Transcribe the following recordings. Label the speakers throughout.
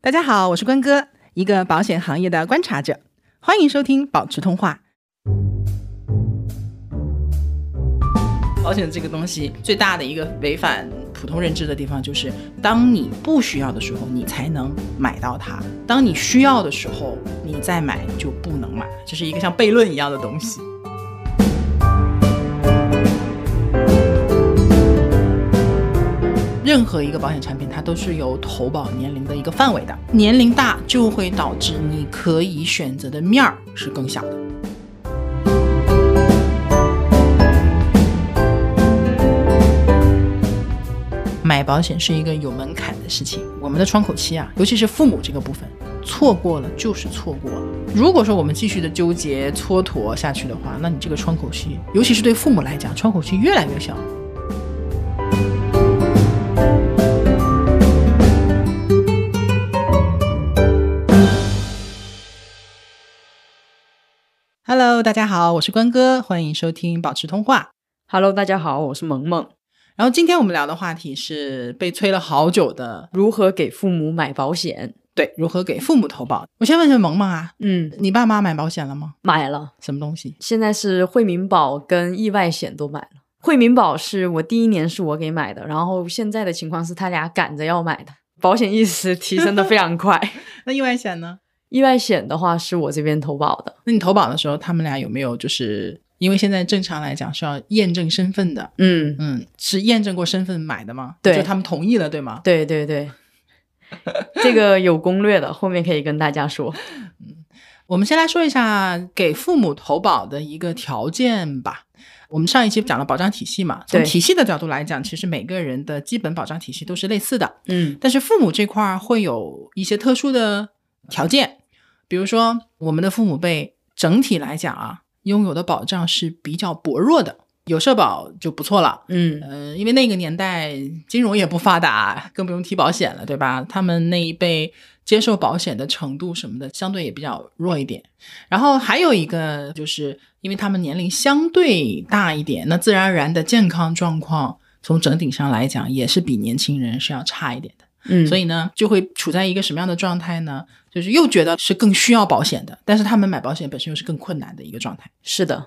Speaker 1: 大家好，我是关哥，一个保险行业的观察者，欢迎收听保持通话。保险这个东西最大的一个违反普通认知的地方，就是当你不需要的时候，你才能买到它；当你需要的时候，你再买就不能买。这是一个像悖论一样的东西。任何一个保险产品，它都是有投保年龄的一个范围的，年龄大就会导致你可以选择的面儿是更小的。买保险是一个有门槛的事情，我们的窗口期啊，尤其是父母这个部分，错过了就是错过了。如果说我们继续的纠结蹉跎下去的话，那你这个窗口期，尤其是对父母来讲，窗口期越来越小。Hello，大家好，我是关哥，欢迎收听保持通话。
Speaker 2: Hello，大家好，我是萌萌。
Speaker 1: 然后今天我们聊的话题是被催了好久的，
Speaker 2: 如何给父母买保险？
Speaker 1: 对，如何给父母投保。我先问问萌萌啊，
Speaker 2: 嗯，
Speaker 1: 你爸妈买保险了吗？
Speaker 2: 买了，
Speaker 1: 什么东西？
Speaker 2: 现在是惠民保跟意外险都买了。惠民保是我第一年是我给买的，然后现在的情况是他俩赶着要买的，保险意 识提升的非常快。
Speaker 1: 那意外险呢？
Speaker 2: 意外险的话是我这边投保的，
Speaker 1: 那你投保的时候，他们俩有没有就是因为现在正常来讲是要验证身份的，
Speaker 2: 嗯，
Speaker 1: 嗯，是验证过身份买的吗？
Speaker 2: 对
Speaker 1: 就他们同意了，对吗？
Speaker 2: 对对对，这个有攻略的，后面可以跟大家说。
Speaker 1: 我们先来说一下给父母投保的一个条件吧。我们上一期讲了保障体系嘛，从
Speaker 2: 对
Speaker 1: 体系的角度来讲，其实每个人的基本保障体系都是类似的，
Speaker 2: 嗯
Speaker 1: 但是父母这块儿会有一些特殊的条件，比如说我们的父母辈整体来讲啊，拥有的保障是比较薄弱的，有社保就不错了。
Speaker 2: 嗯
Speaker 1: 呃，因为那个年代金融也不发达，更不用提保险了，对吧？他们那一辈接受保险的程度什么的，相对也比较弱一点。然后还有一个就是，因为他们年龄相对大一点，那自然而然的健康状况从整体上来讲，也是比年轻人是要差一点的。
Speaker 2: 嗯，
Speaker 1: 所
Speaker 2: 以
Speaker 1: 以呢，就会处在一个什么样的状态呢？就是又觉得是更需要保险的，但是他们买保险本身又是更困难的一个状态。
Speaker 2: 是的，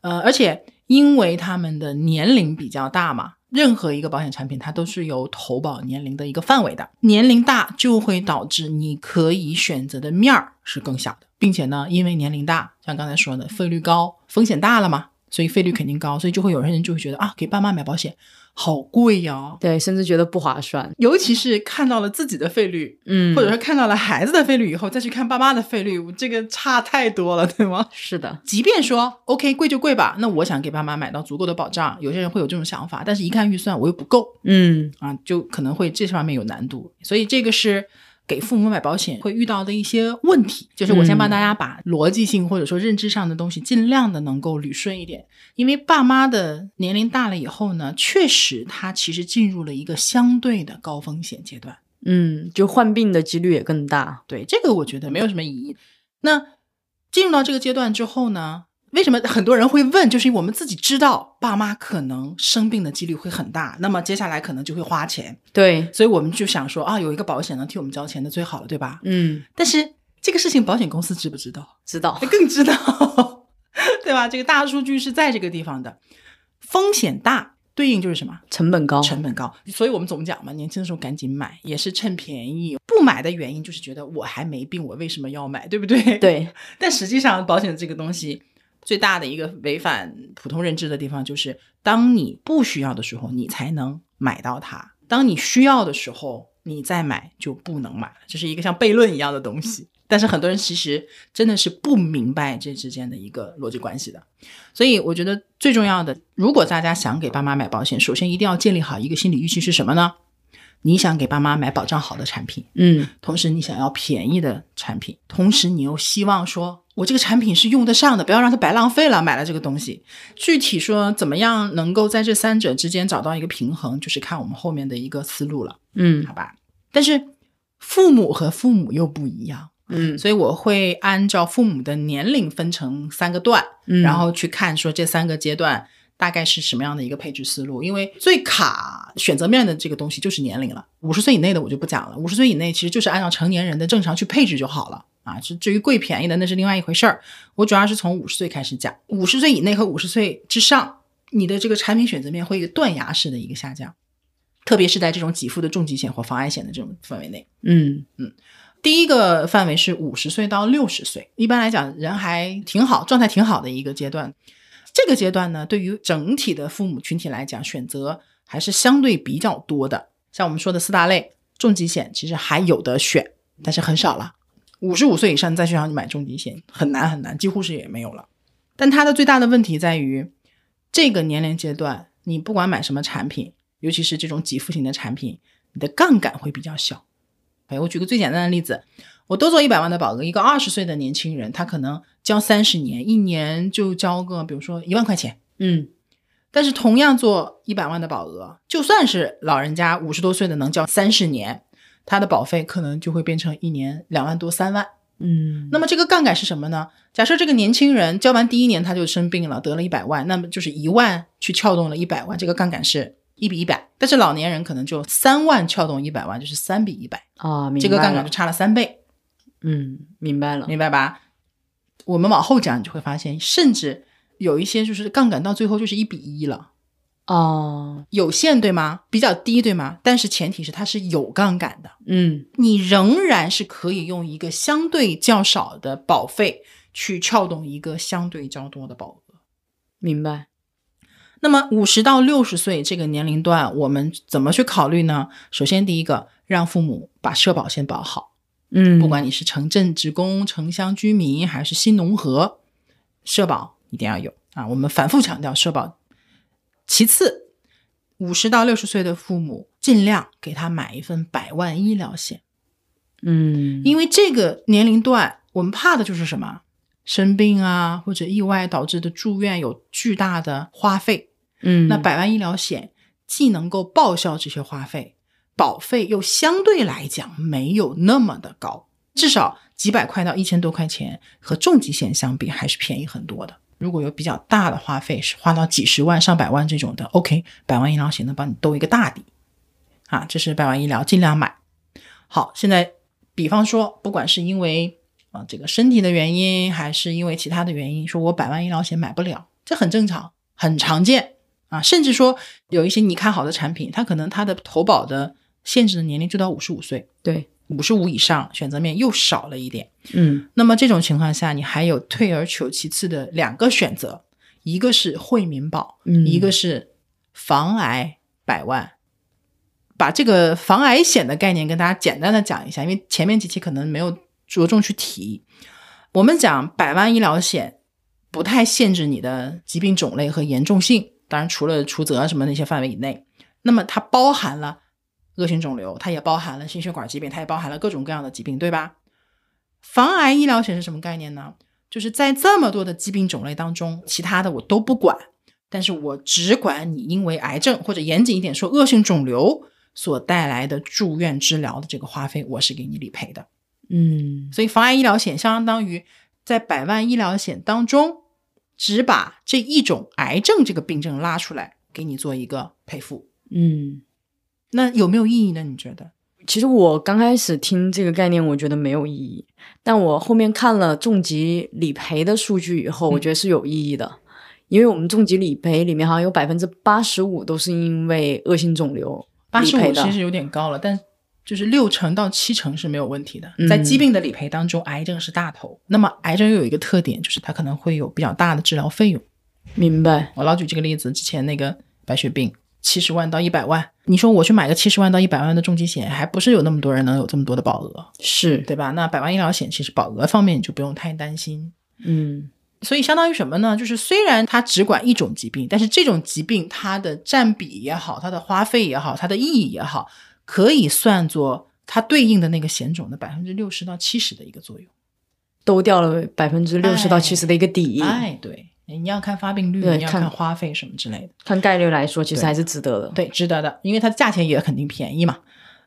Speaker 1: 呃，而且因为他们的年龄比较大嘛，任何一个保险产品它都是有投保年龄的一个范围的，年龄大就会导致你可以选择的面儿是更小的，并且呢，因为年龄大，像刚才说的，费率高，风险大了嘛，所以费率肯定高，所以就会有些人就会觉得啊，给爸妈买保险好贵呀、
Speaker 2: 对，甚至觉得不划算。
Speaker 1: 尤其是看到了自己的费率，
Speaker 2: 嗯，
Speaker 1: 或者说看到了孩子的费率以后，再去看爸妈的费率，我这个差太多了，对吗？
Speaker 2: 是的，
Speaker 1: 即便说 OK 贵就贵吧，那我想给爸妈买到足够的保障，有些人会有这种想法，但是一看预算我又不够
Speaker 2: 嗯
Speaker 1: 啊，就可能会这方面有难度，所以这个是。给父母买保险会遇到的一些问题，就是我先帮大家把逻辑性或者说认知上的东西尽量的能够捋顺一点，因为爸妈的年龄大了以后呢，确实他其实进入了一个相对的高风险阶段。
Speaker 2: 嗯，就患病的几率也更大。
Speaker 1: 对，这个我觉得没有什么疑义。那进入到这个阶段之后呢，为什么很多人会问？就是因为我们自己知道爸妈可能生病的几率会很大，那么接下来可能就会花钱，
Speaker 2: 对，
Speaker 1: 所以我们就想说啊，有一个保险能替我们交钱的最好了，对吧？
Speaker 2: 嗯，
Speaker 1: 但是这个事情保险公司知不知道？
Speaker 2: 知道
Speaker 1: 那。更知道，对吧？这个大数据是在这个地方的，风险大对应就是什么？
Speaker 2: 成本高，
Speaker 1: 成本高，所以我们总讲嘛，年轻的时候赶紧买，也是趁便宜。不买的原因就是觉得我还没病，我为什么要买，对不对？。
Speaker 2: 对，
Speaker 1: 但实际上，保险这个东西最大的一个违反普通认知的地方，就是当你不需要的时候，你才能买到它；当你需要的时候，你再买就不能买了。这是一个像悖论一样的东西。但是很多人其实真的是不明白这之间的一个逻辑关系的。所以我觉得最重要的，如果大家想给爸妈买保险，首先一定要建立好一个心理预期是什么呢？你想给爸妈买保障好的产品，
Speaker 2: 嗯
Speaker 1: 同时你想要便宜的产品，同时你又希望说我这个产品是用得上的，不要让它白浪费了。买了这个东西，具体说怎么样能够在这三者之间找到一个平衡，就是看我们后面的一个思路了，
Speaker 2: 嗯
Speaker 1: 好吧？但是父母和父母又不一样，
Speaker 2: 嗯
Speaker 1: 所以我会按照父母的年龄分成三个段，
Speaker 2: 嗯，
Speaker 1: 然后去看说这三个阶段大概是什么样的一个配置思路？因为最卡选择面的这个东西就是年龄了，五十岁以内的我就不讲了，五十岁以内其实就是按照成年人的正常去配置就好了啊。至至于贵便宜的那是另外一回事儿，我主要是从五十岁开始讲，五十岁以内和五十岁之上，你的这个产品选择面会有一个断崖式的一个下降，特别是在这种给付的重疾险或防癌险的这种范围内。
Speaker 2: 嗯
Speaker 1: 第一个范围是五十岁到六十岁，一般来讲人还挺好，状态挺好的一个阶段。这个阶段呢，对于整体的父母群体来讲，选择还是相对比较多的。像我们说的四大类，重疾险其实还有的选，但是很少了。五十五岁以上再去让你买重疾险很难很难，几乎是也没有了。但它的最大的问题在于，这个年龄阶段，你不管买什么产品，尤其是这种给付型的产品，你的杠杆会比较小。哎，我举个最简单的例子，我都做一百万的保额，一个二十岁的年轻人，他可能交三十年，一年就交个比如说一万块钱。
Speaker 2: 嗯
Speaker 1: 但是同样做一百万的保额，就算是老人家五十多岁的能交三十年，他的保费可能就会变成一年两万多三万。
Speaker 2: 嗯，
Speaker 1: 那么这个杠杆是什么呢？假设这个年轻人交完第一年他就生病了，得了一百万，那么就是一万去撬动了一百万，这个杠杆是一比一百。但是老年人可能就三万撬动一百万，就是三比一百，
Speaker 2: 啊，明
Speaker 1: 这个
Speaker 2: 白
Speaker 1: 杠杆
Speaker 2: 了
Speaker 1: 就差了三倍。
Speaker 2: 嗯，明白了，
Speaker 1: 明白吧？我们往后讲，你就会发现，甚至有一些就是杠杆到最后就是一比一了，
Speaker 2: 哦，
Speaker 1: 有限对吗？比较低对吗？但是前提是它是有杠杆的，
Speaker 2: 嗯
Speaker 1: 你仍然是可以用一个相对较少的保费去撬动一个相对较多的保额。
Speaker 2: 明白，
Speaker 1: 那么五十到六十岁这个年龄段，我们怎么去考虑呢？首先，第一个，让父母把社保先保好。
Speaker 2: 嗯，
Speaker 1: 不管你是城镇职工、城乡居民还是新农合，社保一定要有啊。我们反复强调社保。其次，五十到六十岁的父母尽量给他买一份百万医疗险，
Speaker 2: 嗯，
Speaker 1: 因为这个年龄段我们怕的就是什么？生病啊，或者意外导致的住院有巨大的花费，
Speaker 2: 嗯
Speaker 1: 那百万医疗险既能够报销这些花费，保费又相对来讲没有那么的高，至少几百块到一千多块钱和重疾险相比还是便宜很多的。如果有比较大的花费，是花到几十万、上百万这种的，OK，百万医疗险能帮你兜一个大底啊，这是百万医疗，尽量买。好，现在比方说，不管是因为啊、呃这个身体的原因，还是因为其他的原因，说我百万医疗险买不了，这很正常，很常见啊。甚至说有一些你看好的产品，它可能它的投保的限制的年龄就到五十五岁，
Speaker 2: 对，
Speaker 1: 五十五以上选择面又少了一点。
Speaker 2: 嗯
Speaker 1: 那么这种情况下，你还有退而求其次的两个选择，一个是惠民保，
Speaker 2: 嗯，
Speaker 1: 一个是防癌百万。把这个防癌险的概念跟大家简单的讲一下，因为前面几期可能没有着重去提。我们讲百万医疗险不太限制你的疾病种类和严重性，当然除了除责啊什么那些范围以内。那么它包含了恶性肿瘤，它也包含了心血管疾病，它也包含了各种各样的疾病，对吧？防癌医疗险是什么概念呢？就是在这么多的疾病种类当中，其他的我都不管，但是我只管你因为癌症或者严谨一点说恶性肿瘤所带来的住院治疗的这个花费，我是给你理赔的。
Speaker 2: 嗯
Speaker 1: 所以防癌医疗险相当于在百万医疗险当中，只把这一种癌症这个病症拉出来，给你做一个赔付。
Speaker 2: 嗯，
Speaker 1: 那有没有意义呢？你觉得？
Speaker 2: 其实我刚开始听这个概念，我觉得没有意义，但我后面看了重疾理赔的数据以后，我
Speaker 1: 嗯
Speaker 2: 觉得是有意义的。因为我们重疾理赔里面好像有百分之八十五都是因为恶性肿瘤
Speaker 1: 八
Speaker 2: 理
Speaker 1: 十
Speaker 2: 赔
Speaker 1: 五
Speaker 2: 的
Speaker 1: 其实有点高了，但就是六成到七成是没有问题的。
Speaker 2: 嗯
Speaker 1: 在疾病的理赔当中，癌症是大头。那么癌症又有一个特点，就是它可能会有比较大的治疗费用。
Speaker 2: 明白？
Speaker 1: 我老举这个例子，之前那个白血病，七十万到一百万，你说我去买个七十万到一百万的重疾险，还不是有那么多人能有这么多的保额，
Speaker 2: 是，
Speaker 1: 对吧？那百万医疗险其实保额方面你就不用太担心。
Speaker 2: 嗯
Speaker 1: 所以相当于什么呢？就是虽然它只管一种疾病，但是这种疾病它的占比也好，它的花费也好，它的意义也好，可以算作它对应的那个险种的百分之六十到七十的一个作用。
Speaker 2: 兜掉了百分之六十到
Speaker 1: 哎
Speaker 2: 七十的一个底，
Speaker 1: 哎，对，你要看发病率，
Speaker 2: 嗯对
Speaker 1: 你要
Speaker 2: 看
Speaker 1: 看花费什么之类的。
Speaker 2: 看概率来说，其实
Speaker 1: 对
Speaker 2: 还是值得的。
Speaker 1: 对，值得的，因为它的价钱也肯定便宜嘛。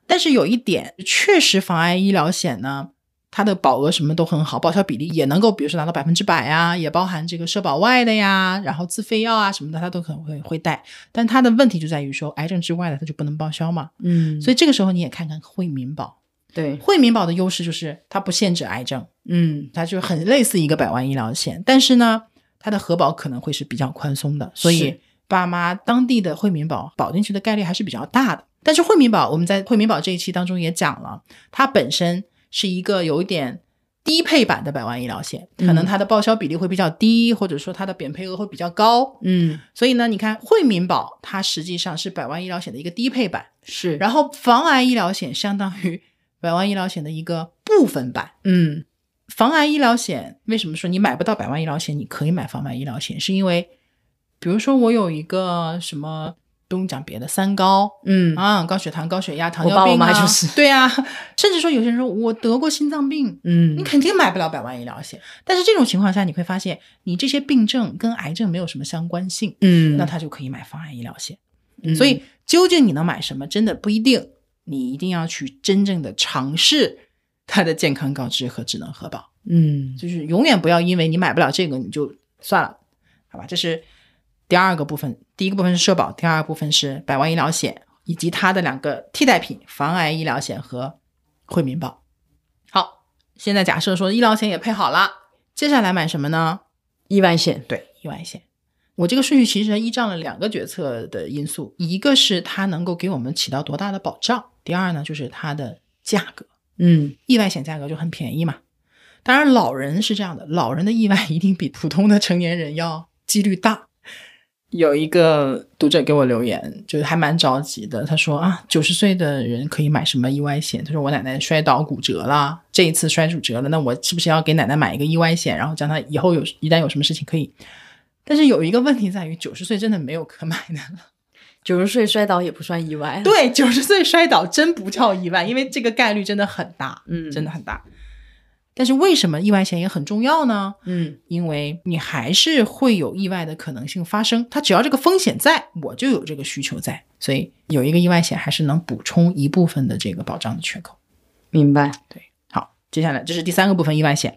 Speaker 1: 但是有一点，确实防癌医疗险呢，它的保额什么都很好，报销比例也能够，比如说拿到百分之百啊，也包含这个社保外的呀，然后自费药啊什么的，它都可能会会带。但它的问题就在于说，癌症之外的它就不能报销嘛。
Speaker 2: 嗯，
Speaker 1: 所
Speaker 2: 以
Speaker 1: 以这个时候你也看看惠民保，
Speaker 2: 对，
Speaker 1: 惠民保的优势就是它不限制癌症，
Speaker 2: 嗯，
Speaker 1: 它就很类似一个百万医疗险，但是呢，它的核保可能会是比较宽松的，所以
Speaker 2: 是
Speaker 1: 爸妈当地的惠民保保进去的概率还是比较大的。但是惠民保，我们在惠民保这一期当中也讲了，它本身是一个有一点低配版的百万医疗险，可能
Speaker 2: 嗯
Speaker 1: 它的报销比例会比较低，或者说它的扁赔额会比较高。
Speaker 2: 嗯，
Speaker 1: 所以呢，你看惠民保它实际上是百万医疗险的一个低配版，
Speaker 2: 是，
Speaker 1: 然后防癌医疗险相当于百万医疗险的一个部分版。
Speaker 2: 嗯，
Speaker 1: 防癌医疗险为什么说你买不到百万医疗险，你可以买防癌医疗险？是因为，比如说我有一个什么，不用讲别的，三高
Speaker 2: 嗯，
Speaker 1: 啊，高血糖、高血压、糖
Speaker 2: 我
Speaker 1: 尿
Speaker 2: 爸
Speaker 1: 病、啊、
Speaker 2: 我妈就是
Speaker 1: 对啊，甚至说有些人说我得过心脏病，
Speaker 2: 嗯
Speaker 1: 你，肯定买不了百万医疗险。但是这种情况下，你会发现你这些病症跟癌症没有什么相关性，
Speaker 2: 嗯，
Speaker 1: 那他就可以买防癌医疗险。
Speaker 2: 嗯
Speaker 1: 所以究竟你能买什么，真的不一定，你一定要去真正的尝试它的健康告知和智能核保。
Speaker 2: 嗯，
Speaker 1: 就是永远不要因为你买不了这个你就算了，好吧？这是第二个部分，第一个部分是社保，第二个部分是百万医疗险以及它的两个替代品——防癌医疗险和惠民保。好，现在假设说医疗险也配好了，接下来买什么呢？
Speaker 2: 意外险，
Speaker 1: 对，意外险。我这个顺序其实依仗了两个决策的因素，一个是它能够给我们起到多大的保障，第二呢就是它的价格。
Speaker 2: 嗯，
Speaker 1: 意外险价格就很便宜嘛。当然，老人是这样的，老人的意外一定比普通的成年人要几率大。有一个读者给我留言，就是还蛮着急的。他说啊，九十岁的人可以买什么意外险？他说我奶奶摔倒骨折了，这一次摔骨折了，那我是不是要给奶奶买一个意外险，然后将她以后有一旦有什么事情可以？但是有一个问题在于，九十岁真的没有可买的了。
Speaker 2: 九十岁摔倒也不算意外，，
Speaker 1: 对，九十岁摔倒真不叫意外，因为这个概率真的很大，
Speaker 2: 嗯
Speaker 1: 真的很大。但是为什么意外险也很重要呢？
Speaker 2: 嗯，
Speaker 1: 因为你还是会有意外的可能性发生，它只要这个风险在，我就有这个需求在，所以有一个意外险还是能补充一部分的这个保障的缺口。
Speaker 2: 明白，
Speaker 1: 好，接下来这是第三个部分意外险，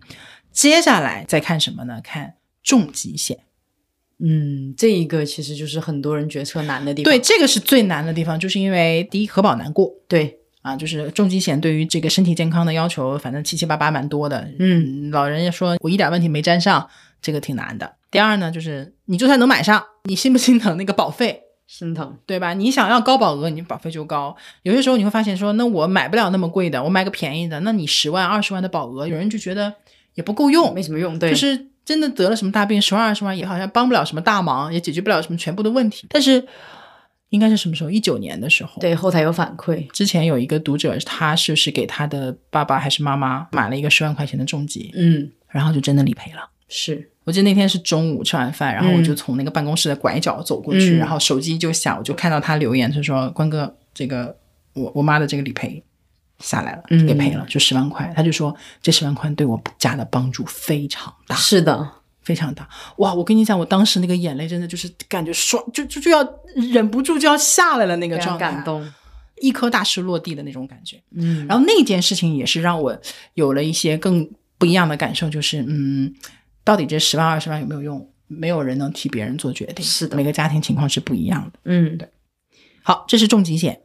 Speaker 1: 接下来再看什么呢？看重疾险。
Speaker 2: 嗯，这一个其实就是很多人决策难的地方，
Speaker 1: 对，这个是最难的地方，就是因为第一核保难过，
Speaker 2: 对，
Speaker 1: 啊，就是重疾险对于这个身体健康的要求，反正七七八八蛮多的。
Speaker 2: 嗯，
Speaker 1: 老人也说我一点问题没沾上，这个挺难的。第二呢，就是你就算能买上，你心不心疼那个保费，
Speaker 2: 心疼，
Speaker 1: 对吧？你想要高保额，你保费就高。有些时候你会发现说，那我买不了那么贵的，我买个便宜的。那你十万、二十万的保额，有人就觉得也不够用
Speaker 2: 没，什么用，对，
Speaker 1: 就是真的得了什么大病，十万二十万也好像帮不了什么大忙，也解决不了什么全部的问题。但是应该是什么时候？一九年的时候，
Speaker 2: 对后台有反馈，
Speaker 1: 之前有一个读者，他是是给他的爸爸还是妈妈买了一个十万块钱的重疾，
Speaker 2: 嗯，
Speaker 1: 然后就真的理赔了。
Speaker 2: 是，
Speaker 1: 我记得那天是中午吃完饭，然后我
Speaker 2: 嗯
Speaker 1: 就从那个办公室的拐角走过去，
Speaker 2: 嗯
Speaker 1: 然后手机就响，我就看到他留言，他说：“关哥，这个我我妈的这个理赔下来了，
Speaker 2: 嗯
Speaker 1: 给赔了，就十万块。”他就说：“这十万块对我家的帮助非常大，
Speaker 2: 是的，
Speaker 1: 非常大。”哇，我跟你讲，我当时那个眼泪真的就是感觉刷，就就就要忍不住就要下来了那个
Speaker 2: 非
Speaker 1: 状
Speaker 2: 常
Speaker 1: 态，啊
Speaker 2: 感，动，
Speaker 1: 一颗大石落地的那种感觉。
Speaker 2: 嗯，
Speaker 1: 然后那件事情也是让我有了一些更不一样的感受，就是嗯，到底这十万二十万有没有用？没有人能替别人做决定，
Speaker 2: 是的
Speaker 1: 每个家庭情况是不一样的。
Speaker 2: 嗯，
Speaker 1: 好，这是重疾险。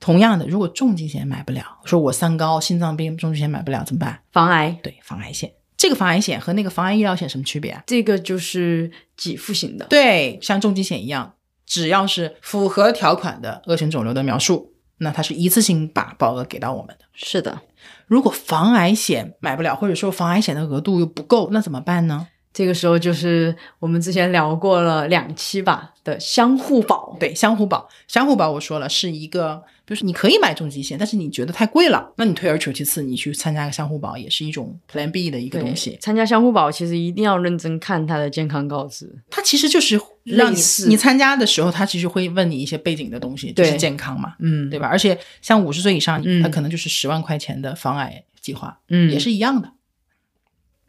Speaker 1: 同样的，如果重疾险买不了，说我三高、心脏病，重疾险买不了怎么办？
Speaker 2: 防癌
Speaker 1: 对，防癌险。这个防癌险和那个防癌医疗险什么区别啊？
Speaker 2: 这个就是给付型的，
Speaker 1: 对，像重疾险一样，只要是符合条款的恶性肿瘤的描述，那它是一次性把保额给到我们的。
Speaker 2: 是的，
Speaker 1: 如果防癌险买不了，或者说防癌险的额度又不够，那怎么办呢？
Speaker 2: 这个时候就是我们之前聊过了两期吧的相互保，
Speaker 1: 对，相互保，相互保，我说了是一个，比如说你可以买重疾险，但是你觉得太贵了，那你退而求其次，你去参加个相互保，也是一种 Plan B 的一个
Speaker 2: 对
Speaker 1: 东西。
Speaker 2: 参加相互保其实一定要认真看他的健康告知，
Speaker 1: 它其实就是让
Speaker 2: 类
Speaker 1: 你
Speaker 2: 似
Speaker 1: 你参加的时候，它其实会问你一些背景的东西，就是
Speaker 2: 对
Speaker 1: 健康嘛，
Speaker 2: 嗯，
Speaker 1: 对
Speaker 2: 吧？
Speaker 1: 吧？而且像五十岁以上，
Speaker 2: 嗯
Speaker 1: 它可能就是十万块钱的防癌计划，
Speaker 2: 嗯，
Speaker 1: 也，是一样的。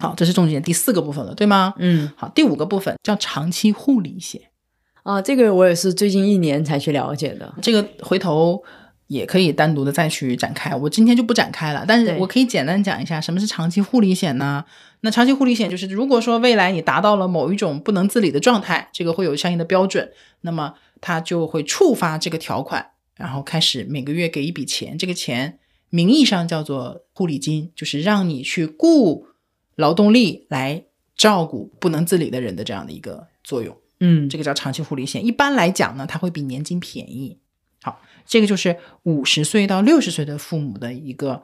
Speaker 1: 好，这是重点第四个部分了，对吗？
Speaker 2: 嗯
Speaker 1: 好，第五个部分叫长期护理险。
Speaker 2: 啊，这个我也是最近一年才去了解的，
Speaker 1: 这个回头也可以单独的再去展开，我今天就不展开了。但是
Speaker 2: 对
Speaker 1: 我可以简单讲一下什么是长期护理险呢？那长期护理险就是，如果说未来你达到了某一种不能自理的状态，这个会有相应的标准，那么它就会触发这个条款，然后开始每个月给一笔钱，这个钱名义上叫做护理金，就是让你去雇劳动力来照顾不能自理的人的这样的一个作用。
Speaker 2: 嗯
Speaker 1: 这个叫长期护理险。一般来讲呢，它会比年金便宜。好，这个就是五十岁到六十岁的父母的一个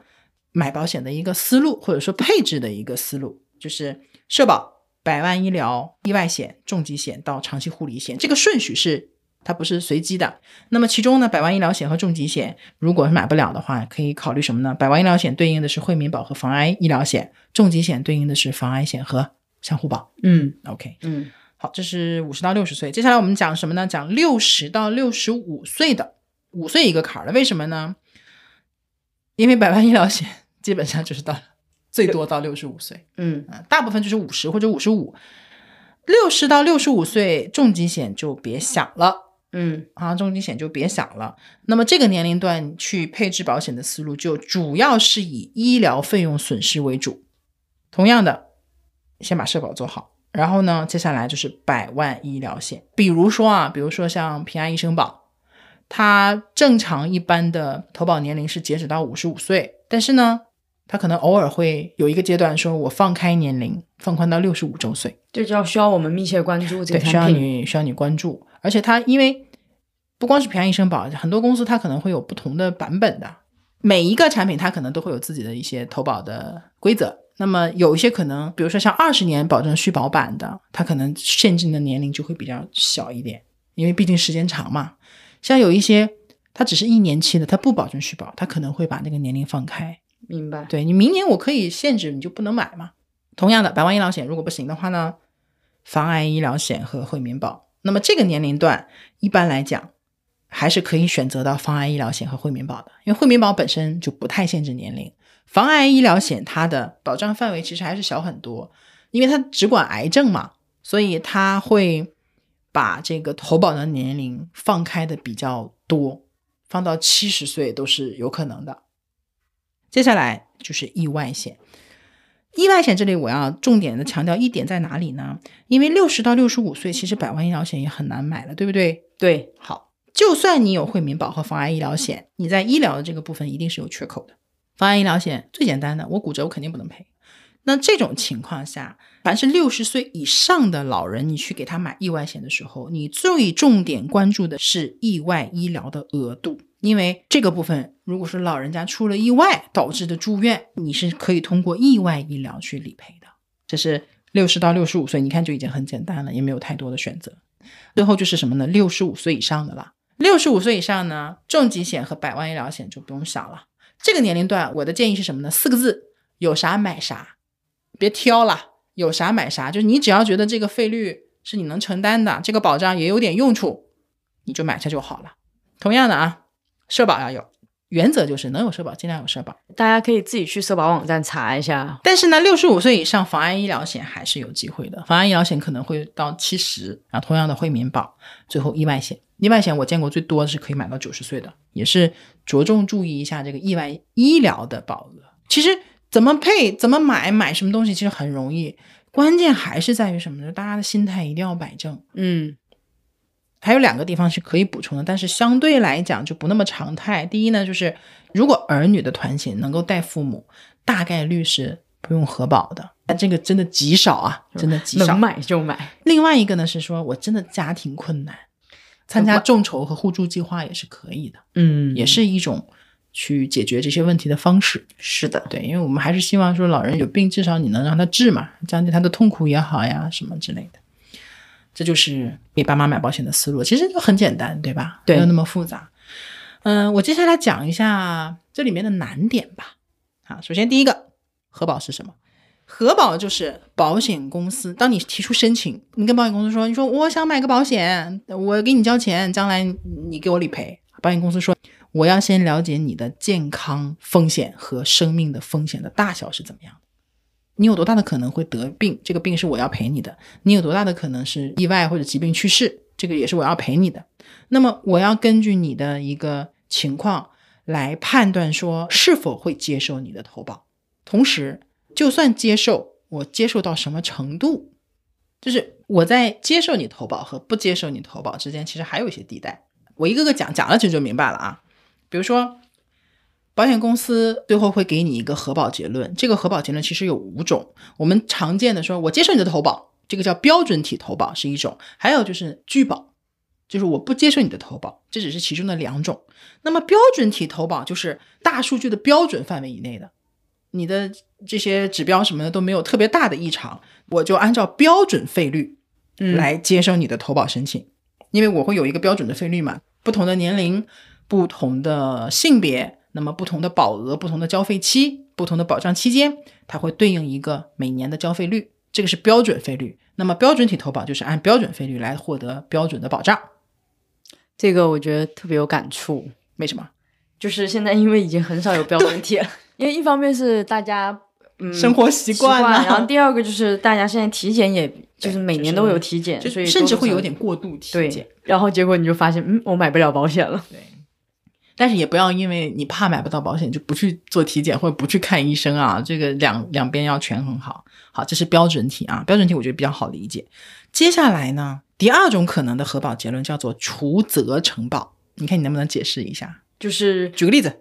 Speaker 1: 买保险的一个思路，或者说配置的一个思路，就是社保、百万医疗、意外险、重疾险到长期护理险，这个顺序是。它不是随机的。那么其中呢，百万医疗险和重疾险，如果是买不了的话，可以考虑什么呢？百万医疗险对应的是惠民保和防癌医疗险，重疾险对应的是防癌险和相互保。
Speaker 2: 嗯
Speaker 1: OK，
Speaker 2: 嗯
Speaker 1: 好，这是五十到六十岁。接下来我们讲什么呢？讲六十到六十五岁的，五岁一个坎儿了。为什么呢？因为百万医疗险基本上就是到最多到六十五岁，
Speaker 2: 嗯
Speaker 1: 嗯，大部分就是五十或者五十五。六十到六十五岁重疾险就别想了。
Speaker 2: 嗯
Speaker 1: 啊，重疾险就别想了。那么这个年龄段去配置保险的思路，就主要是以医疗费用损失为主。同样的，先把社保做好，然后呢，接下来就是百万医疗险，比如说啊，比如说像平安医生保，它正常一般的投保年龄是截止到五十五岁，但是呢，它可能偶尔会有一个阶段，说我放开年龄，放宽到六十五周岁。
Speaker 2: 这就要需要我们密切关注这
Speaker 1: 对，
Speaker 2: 个
Speaker 1: 需要
Speaker 2: 产品。
Speaker 1: 你需要你关注，而且它因为不光是平安医生保，很多公司它可能会有不同的版本的，每一个产品它可能都会有自己的一些投保的规则。那么有一些可能，比如说像二十年保证续保版的，它可能限制你的年龄就会比较小一点，因为毕竟时间长嘛。像有一些它只是一年期的，它不保证续保，它可能会把那个年龄放开。
Speaker 2: 明白。
Speaker 1: 对你明年我可以限制你就不能买嘛。同样的，百万医疗险如果不行的话呢，防癌医疗险和惠民保。那么这个年龄段一般来讲还是可以选择到防癌医疗险和惠民保的，因为惠民保本身就不太限制年龄，防癌医疗险它的保障范围其实还是小很多，因为它只管癌症嘛，所以它会把这个投保的年龄放开的比较多，放到七十岁都是有可能的。接下来就是意外险。意外险这里我要重点的强调一点在哪里呢？因为六十到六十五岁，其实百万医疗险也很难买了，对不对？
Speaker 2: 对，
Speaker 1: 好，就算你有惠民保和防癌医疗险，你在医疗的这个部分一定是有缺口的。防癌医疗险最简单的，我骨折我肯定不能赔。那这种情况下，凡是六十岁以上的老人，你去给他买意外险的时候，你最重点关注的是意外医疗的额度，因为这个部分如果是老人家出了意外导致的住院，你是可以通过意外医疗去理赔的。这是六十到六十五岁，你看就已经很简单了，也没有太多的选择。最后就是什么呢？六十五岁以上的啦。六十五岁以上呢，重疾险和百万医疗险就不用想了。这个年龄段，我的建议是什么呢？四个字：有啥买啥，别挑了，有啥买啥。就是你只要觉得这个费率是你能承担的，这个保障也有点用处，你就买它就好了。同样的啊，社保要有，原则就是能有社保尽量有社保。
Speaker 2: 大家可以自己去社保网站查一下。
Speaker 1: 但是呢，六十五岁以上防癌医疗险还是有机会的，防癌医疗险可能会到七十，然后同样的惠民保，最后意外险，意外险我见过最多的是可以买到九十岁的，也是着重注意一下这个意外医疗的保额。其实怎么配、怎么买、买什么东西其实很容易，关键还是在于什么呢？大家的心态一定要摆正。
Speaker 2: 嗯
Speaker 1: 还有两个地方是可以补充的，但是相对来讲就不那么常态。第一呢，就是如果儿女的团险能够带父母，大概率是不用核保的，但这个真的极少啊，
Speaker 2: 嗯
Speaker 1: 真的极少
Speaker 2: 能。买就买。
Speaker 1: 另外一个呢是说，我真的家庭困难，参加
Speaker 2: 我
Speaker 1: 众筹和互助计划也是可以的，
Speaker 2: 嗯
Speaker 1: 也是一种去解决这些问题的方式。
Speaker 2: 是的。
Speaker 1: 对，因为我们还是希望说老人有病，至少你能让他治嘛，降低他的痛苦也好呀，什么之类的。这就是给爸妈买保险的思路，其实就很简单，对吧？
Speaker 2: 对
Speaker 1: 没有那么复杂。嗯、我接下来讲一下这里面的难点吧。啊，首先第一个，核保是什么？核保就是保险公司，当你提出申请，你跟保险公司说，你说我想买个保险，我给你交钱，将来你给我理赔。保险公司说，我要先了解你的健康风险和生命的风险的大小是怎么样的，你有多大的可能会得病，这个病是我要赔你的；你有多大的可能是意外或者疾病去世，这个也是我要赔你的。那么我要根据你的一个情况来判断说是否会接受你的投保。同时，就算接受，我接受到什么程度，就是我在接受你投保和不接受你投保之间，其实还有一些地带。我一个个讲，讲了其实就明白了啊。比如说，保险公司最后会给你一个核保结论，这个核保结论其实有五种。我们常见的说，我接受你的投保，这个叫标准体投保是一种；还有就是拒保，就是我不接受你的投保，这只是其中的两种。那么标准体投保就是大数据的标准范围以内的，你的这些指标什么的都没有特别大的异常，我就按照标准费率
Speaker 2: 嗯，
Speaker 1: 来接受你的投保申请，因为我会有一个标准的费率嘛，不同的年龄、不同的性别，那么不同的保额、不同的交费期、不同的保障期间，它会对应一个每年的交费率，这个是标准费率。那么标准体投保就是按标准费率来获得标准的保障，
Speaker 2: 这个我觉得特别有感触。
Speaker 1: 为什么？
Speaker 2: 就是现在，因为已经很少有标准 体了，因为一方面是大家嗯
Speaker 1: 生活习惯啊
Speaker 2: 习
Speaker 1: 呢、
Speaker 2: 然后第二个就是大家现在体检也，就是每年都
Speaker 1: 就
Speaker 2: 有
Speaker 1: 是
Speaker 2: 体检，
Speaker 1: 就
Speaker 2: 所以
Speaker 1: 甚至
Speaker 2: 多多
Speaker 1: 会有
Speaker 2: 少
Speaker 1: 点过度体检
Speaker 2: 对。，然后结果你就发现，嗯，我买不了保险了。
Speaker 1: 对，但是也不要因为你怕买不到保险就不去做体检或者不去看医生啊，这个两两边要权衡好。好，这是标准体啊，标准体我觉得比较好理解。接下来呢，第二种可能的核保结论叫做除责承保，你看你能不能解释一下？
Speaker 2: 就是
Speaker 1: 举个例子，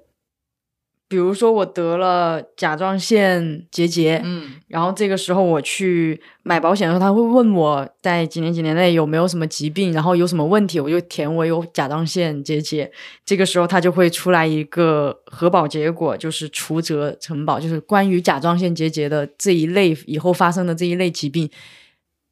Speaker 2: 比如说我得了甲状腺结节，
Speaker 1: 嗯
Speaker 2: 然后这个时候我去买保险的时候，他会问我在几年几年内有没有什么疾病，然后有什么问题，我就填我有甲状腺结节。这个时候他就会出来一个核保结果，就是除责承保，就是关于甲状腺结节的这一类以后发生的这一类疾病，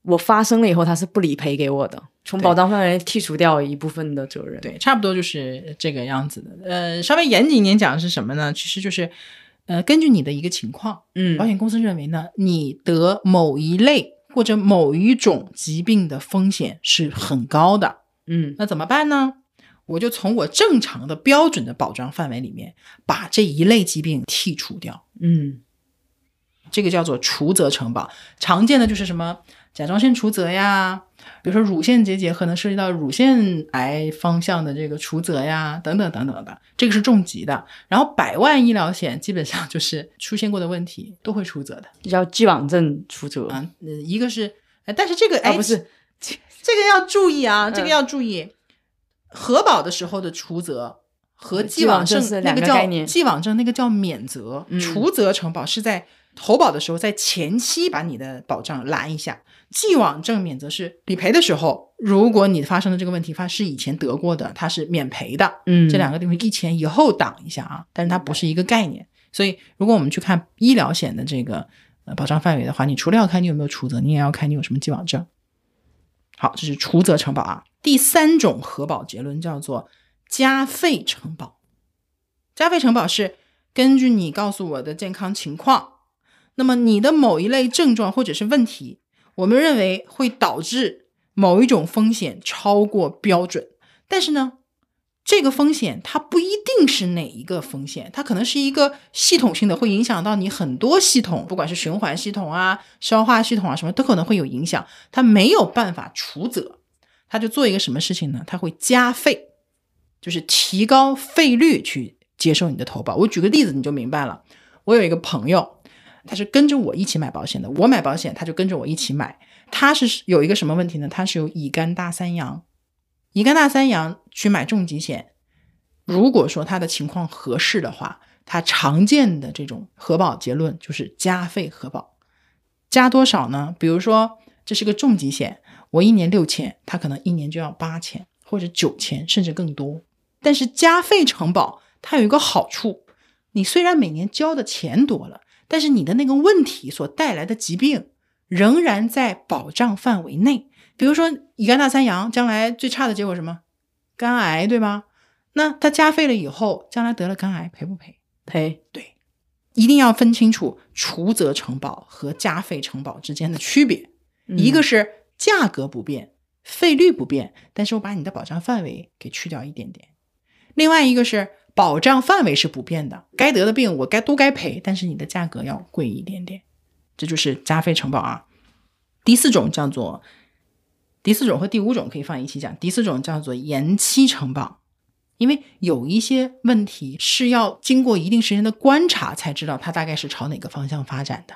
Speaker 2: 我发生了以后他是不理赔给我的，从
Speaker 1: 对
Speaker 2: 保障范围剔除掉一部分的责任。
Speaker 1: 对，差不多就是这个样子的。呃，稍微严谨一点讲是什么呢？其实就是，呃，根据你的一个情况，
Speaker 2: 嗯
Speaker 1: 保险公司认为呢，你得某一类或者某一种疾病的风险是很高的，
Speaker 2: 嗯
Speaker 1: 那怎么办呢？我就从我正常的标准的保障范围里面把这一类疾病剔除掉，
Speaker 2: 嗯
Speaker 1: 这个叫做除责承保。常见的就是什么甲状腺除责呀，比如说乳腺结节可能涉及到乳腺癌方向的这个除责呀，等等等等的，这个是重疾的。然后百万医疗险基本上就是出现过的问题都会除责的。
Speaker 2: 这叫既往症除责。
Speaker 1: 啊，呃一个是，哎，但是这个
Speaker 2: 啊
Speaker 1: 哎、
Speaker 2: 嗯不是
Speaker 1: 这，这个要注意啊，这
Speaker 2: 嗯
Speaker 1: 个要注意，核保的时候的除责。和
Speaker 2: 既
Speaker 1: 既
Speaker 2: 往
Speaker 1: 往
Speaker 2: 症
Speaker 1: 症
Speaker 2: 是
Speaker 1: 那
Speaker 2: 两
Speaker 1: 个
Speaker 2: 个概
Speaker 1: 叫
Speaker 2: 念
Speaker 1: 既往症，那个叫免责，
Speaker 2: 嗯
Speaker 1: 除责承保是在投保的时候，在前期把你的保障拦一下。既往症免责是理赔的时候，如果你发生的这个问题，它是以前得过的，它是免赔的。
Speaker 2: 嗯
Speaker 1: 这两个地方一前一后挡一下啊，但是它不是一个概念。所以，如果我们去看医疗险的这个呃保障范围的话，你除了要看你有没有除责，你也要看你有什么既往症。好，这是除责承保啊。第三种核保结论叫做加费承保。加费承保是根据你告诉我的健康情况，那么你的某一类症状或者是问题，我们认为会导致某一种风险超过标准，但是呢，这个风险它不一定是哪一个风险，它可能是一个系统性的，会影响到你很多系统，不管是循环系统啊、消化系统啊什么，都可能会有影响。它没有办法除责，它就做一个什么事情呢？它会加费，就是提高费率去接受你的投保。我举个例子你就明白了。我有一个朋友，他是跟着我一起买保险的，我买保险他就跟着我一起买。他是有一个什么问题呢？他是有乙肝大三阳，乙肝大三阳去买重疾险，如果说他的情况合适的话，他常见的这种核保结论就是加费核保，加多少呢？比如说这是个重疾险，我一年六千，他可能一年就要八千或者九千，甚至更多。但是加费承保它有一个好处，你虽然每年交的钱多了，但是你的那个问题所带来的疾病仍然在保障范围内。比如说乙肝大三阳，将来最差的结果是什么？肝癌，对吧？那他加费了以后，将来得了肝癌赔不赔？
Speaker 2: 赔，
Speaker 1: 一定要分清楚除责承保和加费承保之间的区别，一个
Speaker 2: 是
Speaker 1: 是价格不变，费率不变，但是我把你的保障范围给去掉一点点；另外一个是保障范围是不变的，该得的病我该都该赔，但是你的价格要贵一点点，这就是加费承保啊。第四种叫做第四种和第五种可以放一起讲，第四种叫做延期承保。因为有一些问题是要经过一定时间的观察才知道它大概是朝哪个方向发展的。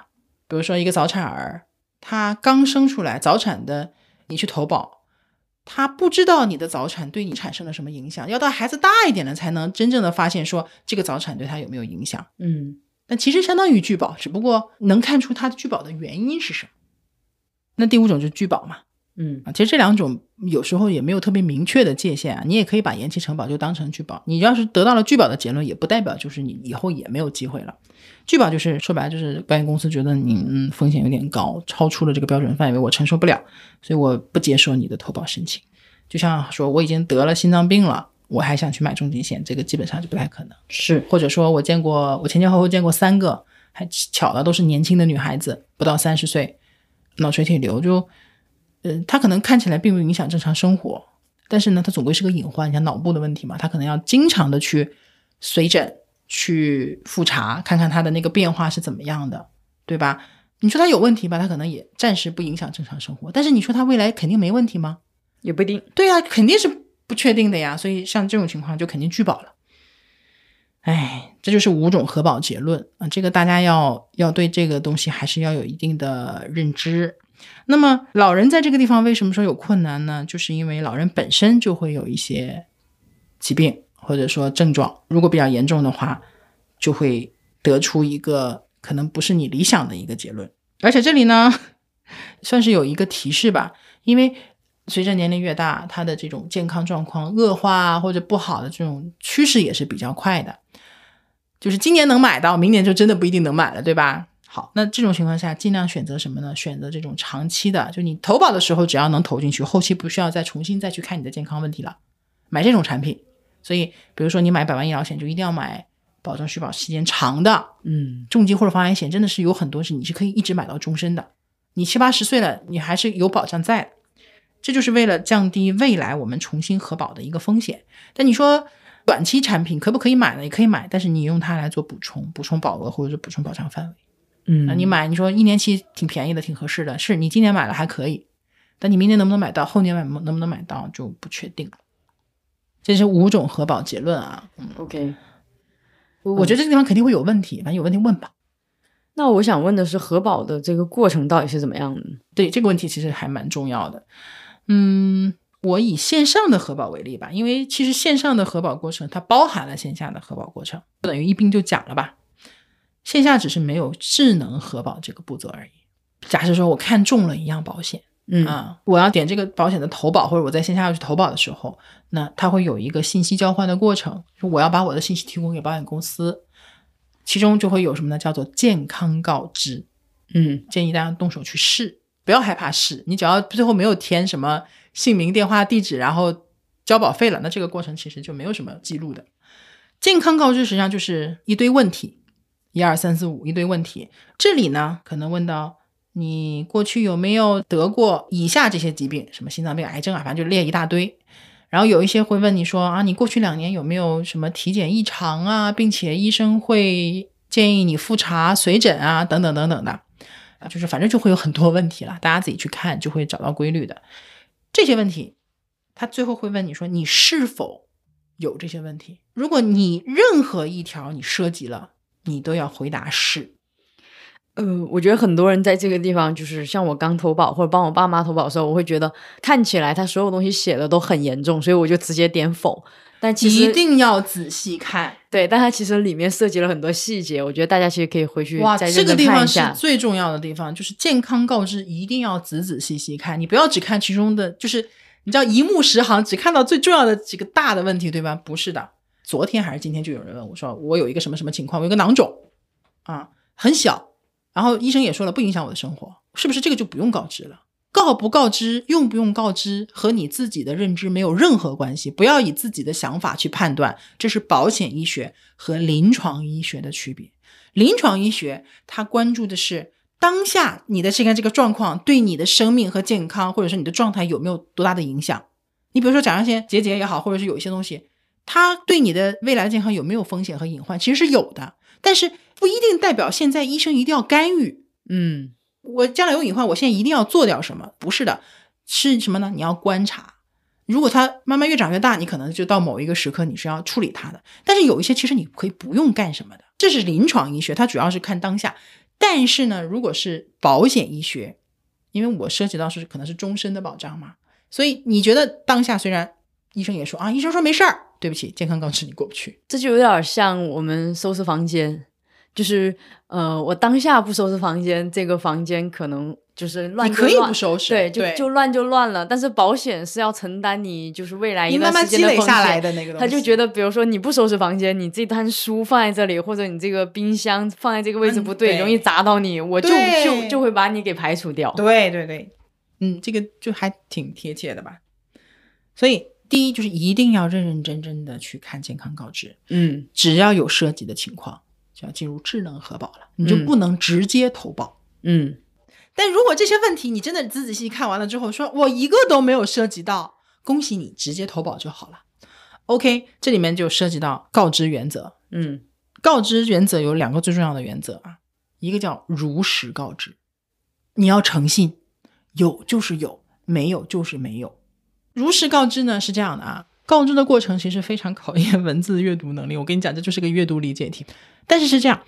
Speaker 1: 比如说一个早产儿，他刚生出来，早产的你去投保，他不知道你的早产对你产生了什么影响，要到孩子大一点了才能真正的发现说这个早产对他有没有影响。
Speaker 2: 嗯
Speaker 1: 那其实相当于拒保，只不过能看出他的拒保的原因是什么。那第五种就是拒保嘛，
Speaker 2: 嗯
Speaker 1: 啊，其实这两种有时候也没有特别明确的界限啊。你也可以把延期承保就当成拒保，你要是得到了拒保的结论，也不代表就是你以后也没有机会了。拒保就是说白了就是保险公司觉得你嗯风险有点高，超出了这个标准范围，我承受不了，所以我不接受你的投保申请。就像说我已经得了心脏病了，我还想去买重疾险，这个基本上就不太可能。
Speaker 2: 是
Speaker 1: 或者说我见过，我前前后后见过三个，还巧的都是年轻的女孩子，不到三十岁，脑垂体瘤就，呃，她可能看起来并不影响正常生活，但是呢，它总归是个隐患，你像脑部的问题嘛，她可能要经常的去随诊去复查，看看她的那个变化是怎么样的，对吧？你说她有问题吧，她可能也暂时不影响正常生活，但是你说她未来肯定没问题吗？
Speaker 2: 也不一定。
Speaker 1: 对呀、肯定是不确定的呀。所以像这种情况就肯定拒保了。哎，这就是五种核保结论啊，这个大家要要对这个东西还是要有一定的认知。那么老人在这个地方为什么说有困难呢？就是因为老人本身就会有一些疾病或者说症状，如果比较严重的话，就会得出一个可能不是你理想的一个结论。而且这里呢，算是有一个提示吧，因为随着年龄越大，他的这种健康状况恶化啊或者不好的这种趋势也是比较快的。就是今年能买到，明年就真的不一定能买了，对吧？好，那这种情况下，尽量选择什么呢？选择这种长期的，就你投保的时候只要能投进去，后期不需要再重新再去看你的健康问题了，买这种产品。所以，比如说你买百万医疗险，就一定要买保证续保期间长的，
Speaker 2: 嗯
Speaker 1: 重疾或者防癌险真的是有很多是你是可以一直买到终身的，你七八十岁了，你还是有保障在的。这就是为了降低未来我们重新核保的一个风险。但你说短期产品可不可以买呢？也可以买，但是你用它来做补充，补充保额或者是补充保障范围。
Speaker 2: 嗯
Speaker 1: 那你买，你说一年期挺便宜的，挺合适的，是你今年买了还可以，但你明年能不能买到，后年买能不能买到就不确定了。这是五种核保结论啊，
Speaker 2: OK。
Speaker 1: 我我觉得这个地方肯定会有问题，反正有问题问吧。
Speaker 2: 那我想问的是，核保的这个过程到底是怎么样的？
Speaker 1: 对这个问题其实还蛮重要的。嗯，我以线上的核保为例吧，因为其实线上的核保过程它包含了线下的核保过程，不等于一并就讲了吧。线下只是没有智能核保这个步骤而已。假设说我看中了一样保险
Speaker 2: 嗯
Speaker 1: 啊，我要点这个保险的投保，或者我在线下要去投保的时候，那它会有一个信息交换的过程，就我要把我的信息提供给保险公司，其中就会有什么呢？叫做健康告知。
Speaker 2: 嗯
Speaker 1: 建议大家动手去试，不要害怕试。你只要最后没有填什么姓名、电话、地址，然后交保费了，那这个过程其实就没有什么记录的。健康告知实际上就是一堆问题，一二三四五一堆问题。这里呢，可能问到你过去有没有得过以下这些疾病，什么心脏病、癌症啊，反正就列一大堆。然后有一些会问你说啊，你过去两年有没有什么体检异常啊，并且医生会建议你复查、随诊啊，等等等等的。啊，就是反正就会有很多问题了，大家自己去看就会找到规律的。这些问题，他最后会问你说你是否有这些问题？如果你任何一条你涉及了，你都要回答是。
Speaker 2: 呃，我觉得很多人在这个地方，就是像我刚投保或者帮我爸妈投保的时候，我会觉得看起来他所有东西写的都很严重，所以我就直接点否。但其实
Speaker 1: 一定要仔细看
Speaker 2: 对，但它其实里面涉及了很多细节，我觉得大家其实可以回去
Speaker 1: 哇！
Speaker 2: 再
Speaker 1: 这
Speaker 2: 认
Speaker 1: 个
Speaker 2: 真
Speaker 1: 地
Speaker 2: 看
Speaker 1: 方
Speaker 2: 一
Speaker 1: 是
Speaker 2: 下。
Speaker 1: 最重要的地方，就是健康告知一定要仔仔细细看，你不要只看其中的，就是你知道一目十行，只看到最重要的几个大的问题，对吧？不是的，昨天还是今天就有人问我说，我有一个什么什么情况，我有个囊肿，啊，很小，然后医生也说了不影响我的生活，是不是这个就不用告知了？告不告知，用不用告知，和你自己的认知没有任何关系。不要以自己的想法去判断，这是保险医学和临床医学的区别。临床医学它关注的是当下你的这个这个状况对你的生命和健康，或者是你的状态有没有多大的影响。你比如说甲状腺结节也好，或者是有一些东西，它对你的未来健康有没有风险和隐患，其实是有的。但是不一定代表现在医生一定要干预。
Speaker 2: 嗯
Speaker 1: 我将来有隐患，我现在一定要做掉什么？不是的，是什么呢？你要观察，如果它慢慢越长越大，你可能就到某一个时刻你是要处理它的。但是有一些其实你可以不用干什么的，这是临床医学，它主要是看当下。但是呢，如果是保险医学，因为我涉及到是可能是终身的保障嘛，所以你觉得当下虽然医生也说啊，医生说没事儿，对不起，健康告知你过不去。
Speaker 2: 这就有点像我们收拾房间，就是呃，我当下不收拾房间，这个房间可能就是乱
Speaker 1: 你
Speaker 2: 就
Speaker 1: 可以
Speaker 2: 乱
Speaker 1: 不收拾，
Speaker 2: 对，
Speaker 1: 对，
Speaker 2: 就就乱就乱了。但是保险是要承担你就是未来一
Speaker 1: 你
Speaker 2: 段
Speaker 1: 慢慢
Speaker 2: 时间
Speaker 1: 积
Speaker 2: 的
Speaker 1: 累
Speaker 2: 风
Speaker 1: 下
Speaker 2: 险
Speaker 1: 来的那个东西，
Speaker 2: 他就觉
Speaker 1: 得
Speaker 2: 得，比如说你不收拾房间，你这摊书放在这里，或者你这个冰箱放在这个位置
Speaker 1: 嗯
Speaker 2: 不对，
Speaker 1: 对
Speaker 2: 容易砸到你，我就
Speaker 1: 对
Speaker 2: 就就会把你给排除掉。
Speaker 1: 对对对，嗯，这个就还挺贴切的吧。所以第一就是一定要认认真真的去看健康告知，
Speaker 2: 嗯
Speaker 1: 只要有涉及的情况，就要进入智能核保了，你就
Speaker 2: 嗯
Speaker 1: 不能直接投保。
Speaker 2: 嗯，
Speaker 1: 但如果这些问题你真的仔仔细细看完了之后，说我一个都没有涉及到，恭喜你，直接投保就好了。OK，这里面就涉及到告知原则。
Speaker 2: 嗯
Speaker 1: 告知原则有两个最重要的原则啊，一个叫如实告知，你要诚信，有就是有，没有就是没有。如实告知呢是这样的啊，告知的过程其实非常考验文字阅读能力。我跟你讲，这就是个阅读理解题，但是是这样，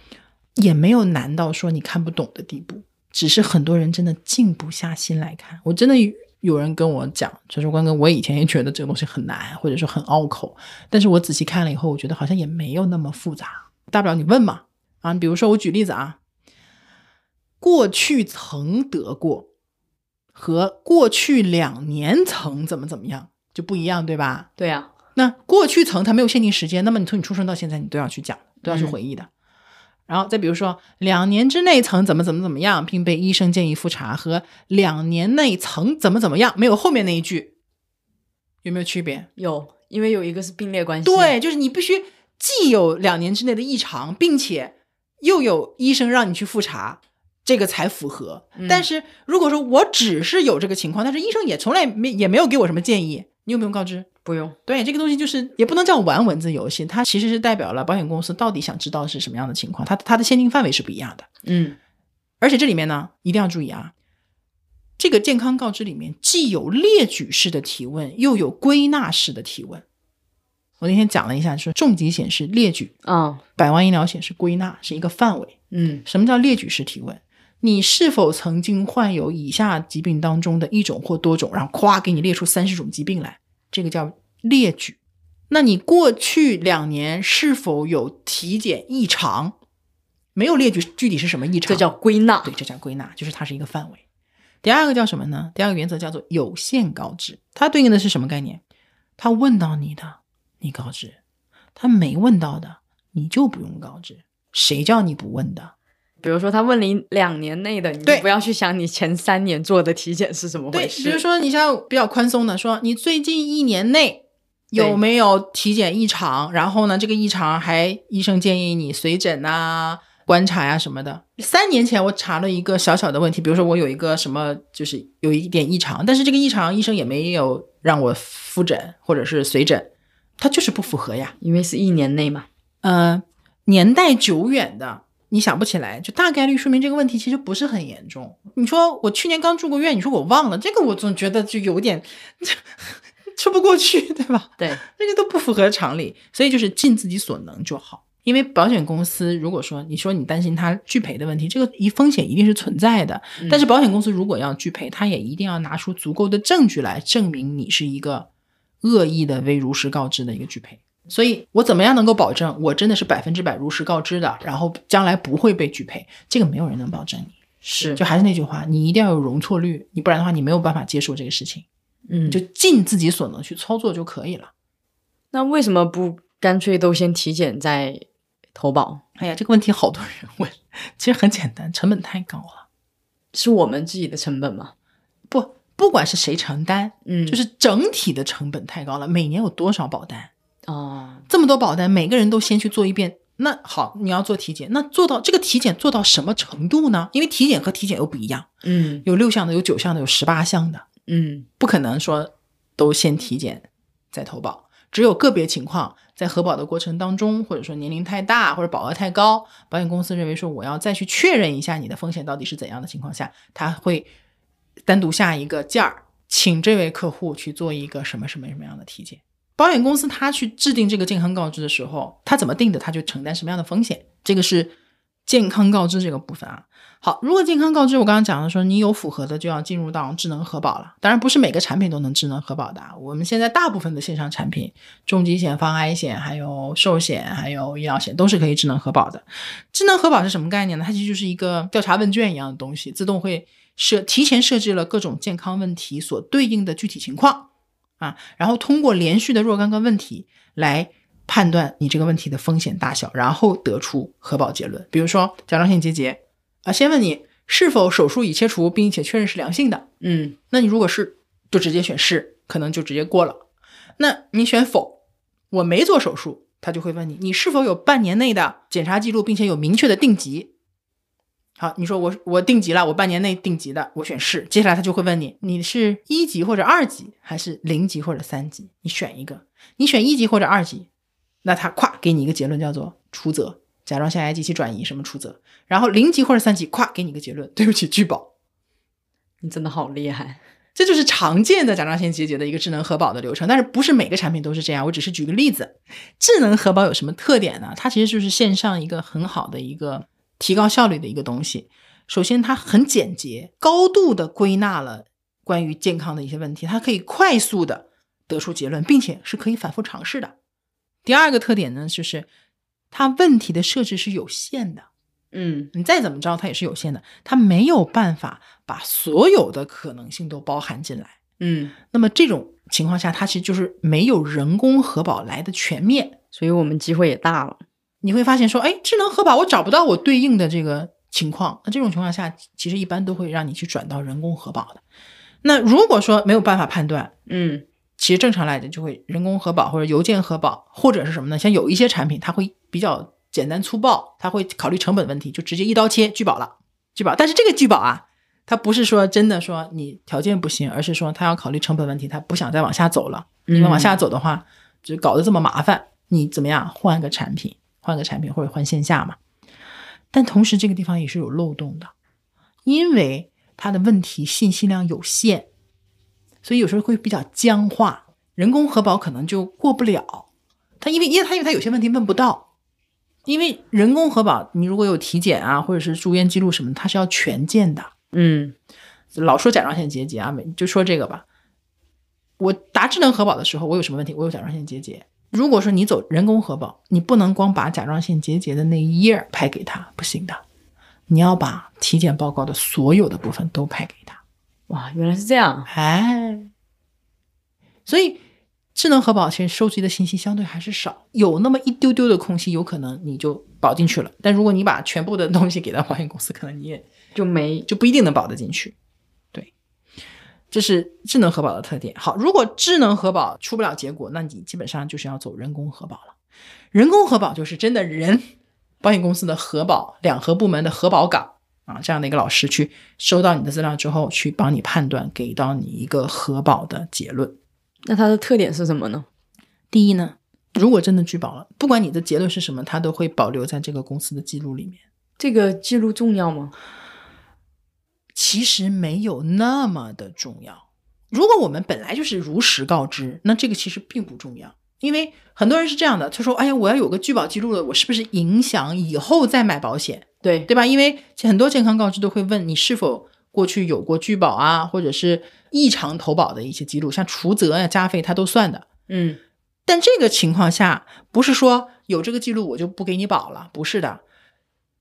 Speaker 1: 也没有难到说你看不懂的地步，只是很多人真的静不下心来看。我真的有人跟我讲，就是关哥，我以前也觉得这个东西很难，或者说很拗口，但是我仔细看了以后，我觉得好像也没有那么复杂，大不了你问嘛。啊，比如说我举例子啊，过去曾得过和过去两年曾怎么怎么样就不一样，对吧？
Speaker 2: 对啊呀、
Speaker 1: 那过去层它没有限定时间，那么你从你出生到现在，你都要去讲，都要去回忆的。然后再比如说，两年之内曾怎么怎么怎么样，并被医生建议复查，和两年内曾怎么怎么样，没有后面那一句，有没有区别？
Speaker 2: 有，因为有一个是并列关系。
Speaker 1: 对，就是你必须既有两年之内的异常，并且又有医生让你去复查，这个才符合。
Speaker 2: 嗯
Speaker 1: 但是如果说我只是有这个情况，但是医生也从来没也没有给我什么建议，你有没有告知？
Speaker 2: 不用。
Speaker 1: 对，这个东西就是也不能叫玩文字游戏，它其实是代表了保险公司到底想知道是什么样的情况，它它的限定范围是不一样的。
Speaker 2: 嗯
Speaker 1: 而且这里面呢，一定要注意啊，这个健康告知里面既有列举式的提问，又有归纳式的提问。我那天讲了一下，说重疾险是列举，
Speaker 2: 啊
Speaker 1: 百万医疗险是归纳，是一个范围。
Speaker 2: 嗯
Speaker 1: 什么叫列举式提问？你是否曾经患有以下疾病当中的一种或多种？然后咵给你列出三十种疾病来，这个叫列举。那你过去两年是否有体检异常？没有列举具体是什么异常，
Speaker 2: 这叫归纳。
Speaker 1: 对，这叫归纳，就是它是一个范围。第二个叫什么呢？第二个原则叫做有限告知，它对应的是什么概念？他问到你的，你告知；他没问到的，你就不用告知。谁叫你不问的？
Speaker 2: 比如说他问你两年内的，你就
Speaker 1: 对
Speaker 2: 不要去想你前三年做的体检是怎么
Speaker 1: 对，
Speaker 2: 回
Speaker 1: 比
Speaker 2: 事。
Speaker 1: 如说你像比较宽松的说，你最近一年内有没有体检异常？然后呢，这个异常还医生建议你随诊呐、观察呀、什么的。三年前我查了一个小小的问题，比如说我有一个什么，就是有一点异常，但是这个异常医生也没有让我复诊或者是随诊，它就是不符合呀。
Speaker 2: 因为是一年内嘛。
Speaker 1: 呃，年代久远的，你想不起来，就大概率说明这个问题其实不是很严重。你说我去年刚住过院，你说我忘了，这个我总觉得就有点 说不过去，对吧？
Speaker 2: 对，
Speaker 1: 这个都不符合常理，所以就是尽自己所能就好。因为保险公司如果说你说你担心它拒赔的问题，这个一风险一定是存在的，但是保险公司如果要拒赔，它也一定要拿出足够的证据来证明你是一个恶意的未如实告知的一个拒赔。所以我怎么样能够保证我真的是百分之百如实告知的，然后将来不会被拒赔？这个没有人能保证你。
Speaker 2: 是
Speaker 1: 就还 是那句话，你一定要有容错率，你不然的话你没有办法接受这个事情。
Speaker 2: 嗯
Speaker 1: 你就尽自己所能去操作就可以了。
Speaker 2: 那为什么不干脆都先体检再投保？
Speaker 1: 哎呀，这个问题好多人问，其实很简单，成本太高了。
Speaker 2: 是我们自己的成本吗？
Speaker 1: 不，不管是谁承担，
Speaker 2: 嗯
Speaker 1: 就是整体的成本太高了。每年有多少保单？
Speaker 2: 哦，
Speaker 1: 这么多保单，每个人都先去做一遍。那好，你要做体检，那做到这个体检做到什么程度呢？因为体检和体检又不一样，
Speaker 2: 嗯
Speaker 1: 有六项的，有九项的，有十八项的，
Speaker 2: 嗯
Speaker 1: 不可能说都先体检再投保。只有个别情况，在核保的过程当中，或者说年龄太大或者保额太高，保险公司认为说我要再去确认一下你的风险到底是怎样的情况下，他会单独下一个件儿，请这位客户去做一个什么什么什么样的体检。保险公司他去制定这个健康告知的时候，他怎么定的，他就承担什么样的风险。这个是健康告知这个部分啊。好，如果健康告知，我刚刚讲的说你有符合的，就要进入到智能核保了。当然不是每个产品都能智能核保的啊，我们现在大部分的线上产品，重疾险、防癌险、还有寿险、还有医疗险都是可以智能核保的。智能核保是什么概念呢？它其实就是一个调查问卷一样的东西，自动会设提前设置了各种健康问题所对应的具体情况啊，然后通过连续的若干个问题来判断你这个问题的风险大小，然后得出核保结论。比如说甲状腺结节啊，先问你是否手术已切除，并且确认是良性的，
Speaker 2: 嗯，
Speaker 1: 那你如果是，就直接选是，可能就直接过了。那你选否，我没做手术，他就会问你，你是否有半年内的检查记录，并且有明确的定级？好，你说我我定级了，我半年内定级的，我选是。接下来他就会问你，你是一级或者二级，还是零级或者三级？你选一个，你选一级或者二级，那他咵给你一个结论，叫做出责，甲状腺癌及其转移什么出责。然后零级或者三级，咵给你一个结论，对不起，拒保。
Speaker 2: 你真的好厉害，
Speaker 1: 这就是常见的甲状腺结节的一个智能核保的流程，但是不是每个产品都是这样。我只是举个例子，智能核保有什么特点呢？它其实就是线上一个很好的一个提高效率的一个东西。首先，它很简洁，高度的归纳了关于健康的一些问题，它可以快速的得出结论，并且是可以反复尝试的。第二个特点呢，就是它问题的设置是有限的。
Speaker 2: 嗯
Speaker 1: 你再怎么着，它也是有限的，它没有办法把所有的可能性都包含进来。
Speaker 2: 嗯，
Speaker 1: 那么这种情况下，它其实就是没有人工核保来的全面。
Speaker 2: 所以我们机会也大了，
Speaker 1: 你会发现说，哎，智能核保我找不到我对应的这个情况，那这种情况下，其实一般都会让你去转到人工核保的。那如果说没有办法判断，
Speaker 2: 嗯
Speaker 1: 其实正常来讲就会人工核保或者邮件核保，或者是什么呢？像有一些产品，它会比较简单粗暴，它会考虑成本问题，就直接一刀切拒保了，拒保。但是这个拒保啊，它不是说真的说你条件不行，而是说它要考虑成本问题，它不想再往下走了。
Speaker 2: 嗯
Speaker 1: 因为往下走的话，就搞得这么麻烦，你怎么样换个产品，换个产品或者换线下嘛？但同时这个地方也是有漏洞的，因为它的问题信息量有限，所以有时候会比较僵化，人工核保可能就过不了。它因为因为它因为它有些问题问不到。因为人工核保，你如果有体检啊，或者是住院记录什么的，它是要全健的。
Speaker 2: 嗯
Speaker 1: 老说甲状腺结节啊，每就说这个吧。我答智能核保的时候，我有什么问题？我有甲状腺结节。如果说你走人工核保，你不能光把甲状腺结节的那一页儿拍给他，不行的。你要把体检报告的所有的部分都拍给他。
Speaker 2: 哇，原来是这样，
Speaker 1: 哎，所以智能核保其实收集的信息相对还是少，有那么一丢丢的空隙，有可能你就保进去了。但如果你把全部的东西给到保险公司，可能你也
Speaker 2: 就没
Speaker 1: 就不一定能保得进去。对，这是智能核保的特点。好，如果智能核保出不了结果，那你基本上就是要走人工核保了。人工核保就是真的人，保险公司的核保两核部门的核保岗啊，这样的一个老师去收到你的资料之后，去帮你判断，给到你一个核保的结论。
Speaker 2: 那它的特点是什么呢？
Speaker 1: 第一呢，如果真的拒保了，不管你的结论是什么，它都会保留在这个公司的记录里面。
Speaker 2: 这个记录重要吗？
Speaker 1: 其实没有那么的重要。如果我们本来就是如实告知，那这个其实并不重要，因为很多人是这样的，他说：“哎呀，我要有个拒保记录了，我是不是影响以后再买保险？”
Speaker 2: 对，
Speaker 1: 对吧？因为很多健康告知都会问你是否过去有过拒保啊，或者是异常投保的一些记录，像除责呀、加费它都算的。
Speaker 2: 嗯
Speaker 1: 但这个情况下，不是说有这个记录我就不给你保了，不是的，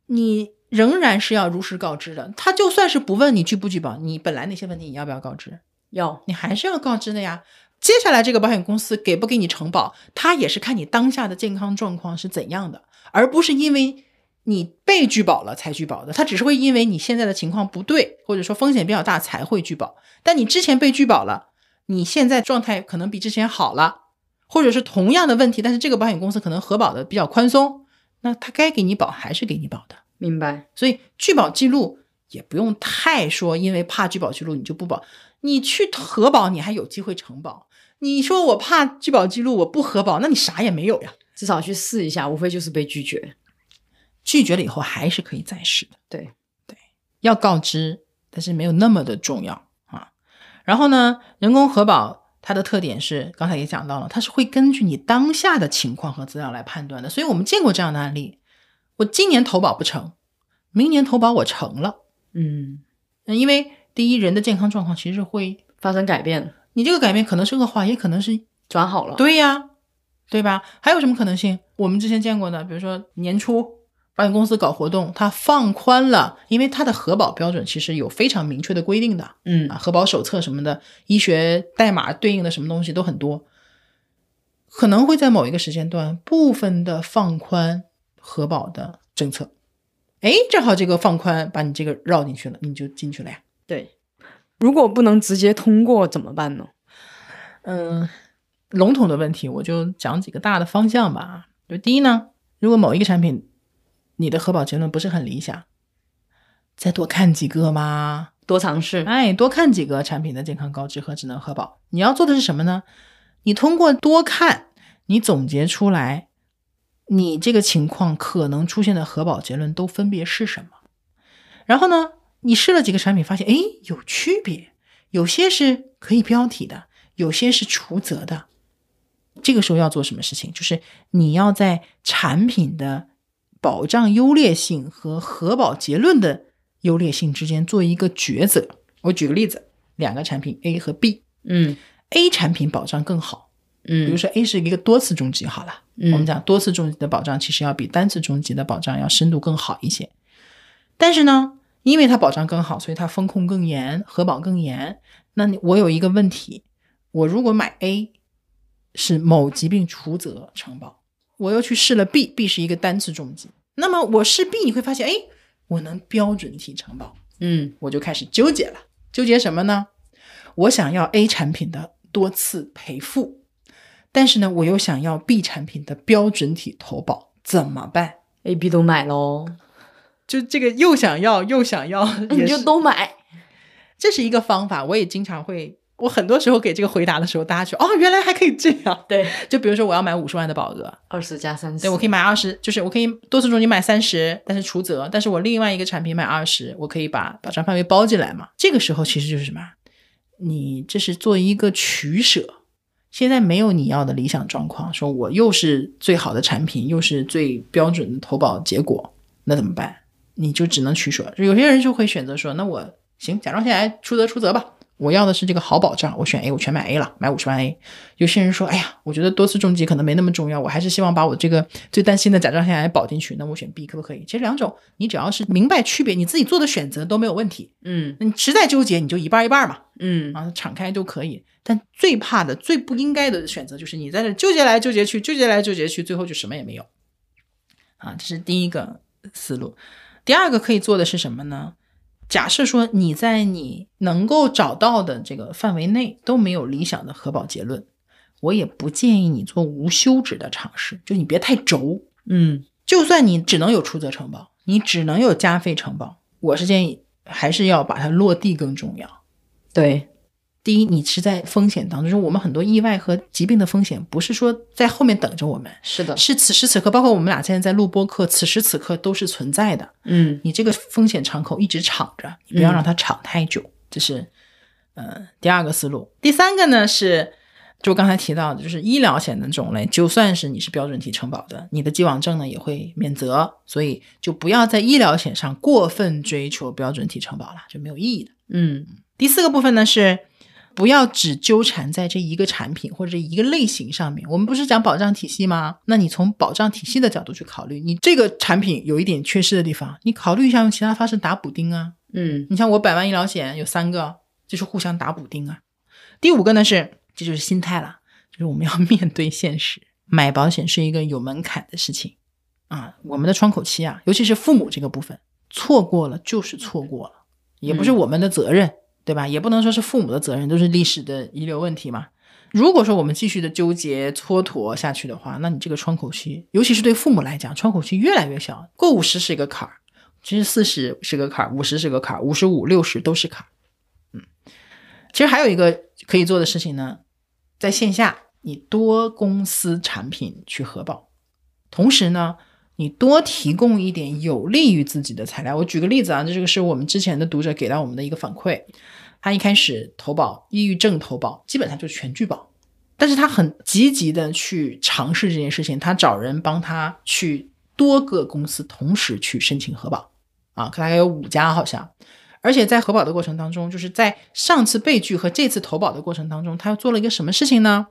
Speaker 1: 你仍然是要如实告知的。他就算是不问你拒不拒保，你本来那些问题你要不要告知，
Speaker 2: 要
Speaker 1: 你还是要告知的呀。接下来这个保险公司给不给你承保，它也是看你当下的健康状况是怎样的，而不是因为你被拒保了才拒保的，它只是会因为你现在的情况不对，或者说风险比较大才会拒保。但你之前被拒保了，你现在状态可能比之前好了，或者是同样的问题，但是这个保险公司可能核保的比较宽松，那它该给你保还是给你保的。
Speaker 2: 明白，
Speaker 1: 所以拒保记录也不用太说，因为怕拒保记录你就不保，你去核保你还有机会承保。你说我怕拒保记录，我不核保，那你啥也没有呀。
Speaker 2: 至少去试一下，无非就是被拒绝。
Speaker 1: 拒绝了以后还是可以再试的。
Speaker 2: 对
Speaker 1: 对，要告知，但是没有那么的重要啊。然后呢，人工核保它的特点是，刚才也讲到了，它是会根据你当下的情况和资料来判断的。所以我们见过这样的案例：我今年投保不成，明年投保我成了。
Speaker 2: 嗯，
Speaker 1: 嗯因为第一，人的健康状况其实是会，
Speaker 2: 发生改变，
Speaker 1: 你这个改变可能是恶化，也可能是
Speaker 2: 转好了，
Speaker 1: 对呀、对吧？还有什么可能性？我们之前见过的，比如说年初保险公司搞活动，它放宽了，因为它的核保标准其实有非常明确的规定的
Speaker 2: 嗯
Speaker 1: 啊，核保手册什么的，医学代码对应的什么东西都很多，可能会在某一个时间段部分的放宽核保的政策。哎，正好这个放宽把你这个绕进去了，你就进去了呀。
Speaker 2: 对。如果不能直接通过怎么办呢？
Speaker 1: 嗯，笼统的问题，我就讲几个大的方向吧。就第一呢，如果某一个产品你的核保结论不是很理想，再多看几个嘛，
Speaker 2: 多尝试，
Speaker 1: 哎，多看几个产品的健康告知和智能核保。你要做的是什么呢？你通过多看，你总结出来，你这个情况可能出现的核保结论都分别是什么。然后呢，你试了几个产品，发现哎有区别，有些是可以标题的，有些是除责的。这个时候要做什么事情？就是你要在产品的保障优劣性和核保结论的优劣性之间做一个抉择。我举个例子，两个产品 A 和 B，A
Speaker 2: 嗯
Speaker 1: 产品保障更好，
Speaker 2: 嗯，
Speaker 1: 比如说 A 是一个多次终极，好了，
Speaker 2: 嗯
Speaker 1: 我们讲多次终极的保障其实要比单次终极的保障要深度更好一些。但是呢，因为它保障更好，所以它风控更严，核保更严。那你我有一个问题，我如果买 A 是某疾病除责承保，我又去试了 B，B 是一个单次重疾，那么我试 B 你会发现，哎，我能标准体承保，
Speaker 2: 嗯
Speaker 1: 我就开始纠结了。纠结什么呢？我想要 A 产品的多次赔付，但是呢，我又想要 B 产品的标准体投保，怎么办？
Speaker 2: A、B 都买喽，
Speaker 1: 就这个又想要又想要，
Speaker 2: 那嗯你
Speaker 1: 也
Speaker 2: 就是都买，
Speaker 1: 这是一个方法。我也经常会，我很多时候给这个回答的时候，大家说哦，原来还可以这样。
Speaker 2: 对，
Speaker 1: 就比如说我要买五十万的保额，
Speaker 2: 二十加三十，
Speaker 1: 对我可以买二十，就是我可以多次中间买三十，但是除责，但是我另外一个产品买二十，我可以把保障范围包进来嘛。这个时候其实就是什么？你这是做一个取舍。现在没有你要的理想状况，说我又是最好的产品，又是最标准的投保结果，那怎么办？你就只能取舍。有些人就会选择说，那我行，甲状腺癌出责出责吧，我要的是这个好保障，我选 A，我全买 A 了，买五十万 A。有些人说，哎呀，我觉得多次重疾可能没那么重要，我还是希望把我这个最担心的甲状腺癌保进去，那我选 B 可不可以？其实两种，你只要是明白区别，你自己做的选择都没有问题。
Speaker 2: 嗯
Speaker 1: 那你实在纠结，你就一半儿一半儿嘛，
Speaker 2: 嗯
Speaker 1: 啊，敞开就可以。但最怕的、最不应该的选择就是你在这纠结来纠结去，纠结来纠结去，最后就什么也没有。啊，这是第一个思路。第二个可以做的是什么呢？假设说你在你能够找到的这个范围内都没有理想的核保结论，我也不建议你做无休止的尝试，就你别太轴，
Speaker 2: 嗯
Speaker 1: 就算你只能有出责承保，你只能有加费承保，我是建议还是要把它落地更重要。
Speaker 2: 对，
Speaker 1: 第一，你是在风险当中，就是我们很多意外和疾病的风险，不是说在后面等着我们，
Speaker 2: 是的，
Speaker 1: 是此时此刻，包括我们俩现在在录播课，此时此刻都是存在的。
Speaker 2: 嗯
Speaker 1: 你这个风险敞口一直敞着，你不要让它敞太久，这是呃第二个思路。第三个呢是，就刚才提到的，就是医疗险的种类，就算是你是标准体承保的，你的既往症呢也会免责，所以就不要在医疗险上过分追求标准体承保了，就没有意义的。
Speaker 2: 嗯
Speaker 1: 第四个部分呢是，不要只纠缠在这一个产品或者一个类型上面。我们不是讲保障体系吗？那你从保障体系的角度去考虑，你这个产品有一点缺失的地方，你考虑一下用其他方式打补丁啊。
Speaker 2: 嗯
Speaker 1: 你像我百万医疗险有三个，就是互相打补丁啊。第五个呢是，这就是心态了，就是我们要 面对现实，买保险是一个有门槛的事情啊。我们的窗口期啊，尤其是父母这个部分，错过了就是错过了，也不是我们的责任，对吧？也不能说是父母的责任，都是历史的遗留问题嘛。如果说我们继续的纠结蹉跎下去的话，那你这个窗口期，尤其是对父母来讲，窗口期越来越小，过五十是一个坎儿，其实四十是个坎儿，五十是个坎儿，五十五、六十都是坎儿。嗯，其实还有一个可以做的事情呢，在线下你多公司产品去核保，同时呢，你多提供一点有利于自己的材料。我举个例子啊，这个是我们之前的读者给到我们的一个反馈。他一开始投保抑郁症投保，基本上就是全拒保，但是他很积极的去尝试这件事情，他找人帮他去多个公司同时去申请核保，啊，大概有五家好像。而且在核保的过程当中，就是在上次被拒和这次投保的过程当中，他又做了一个什么事情呢？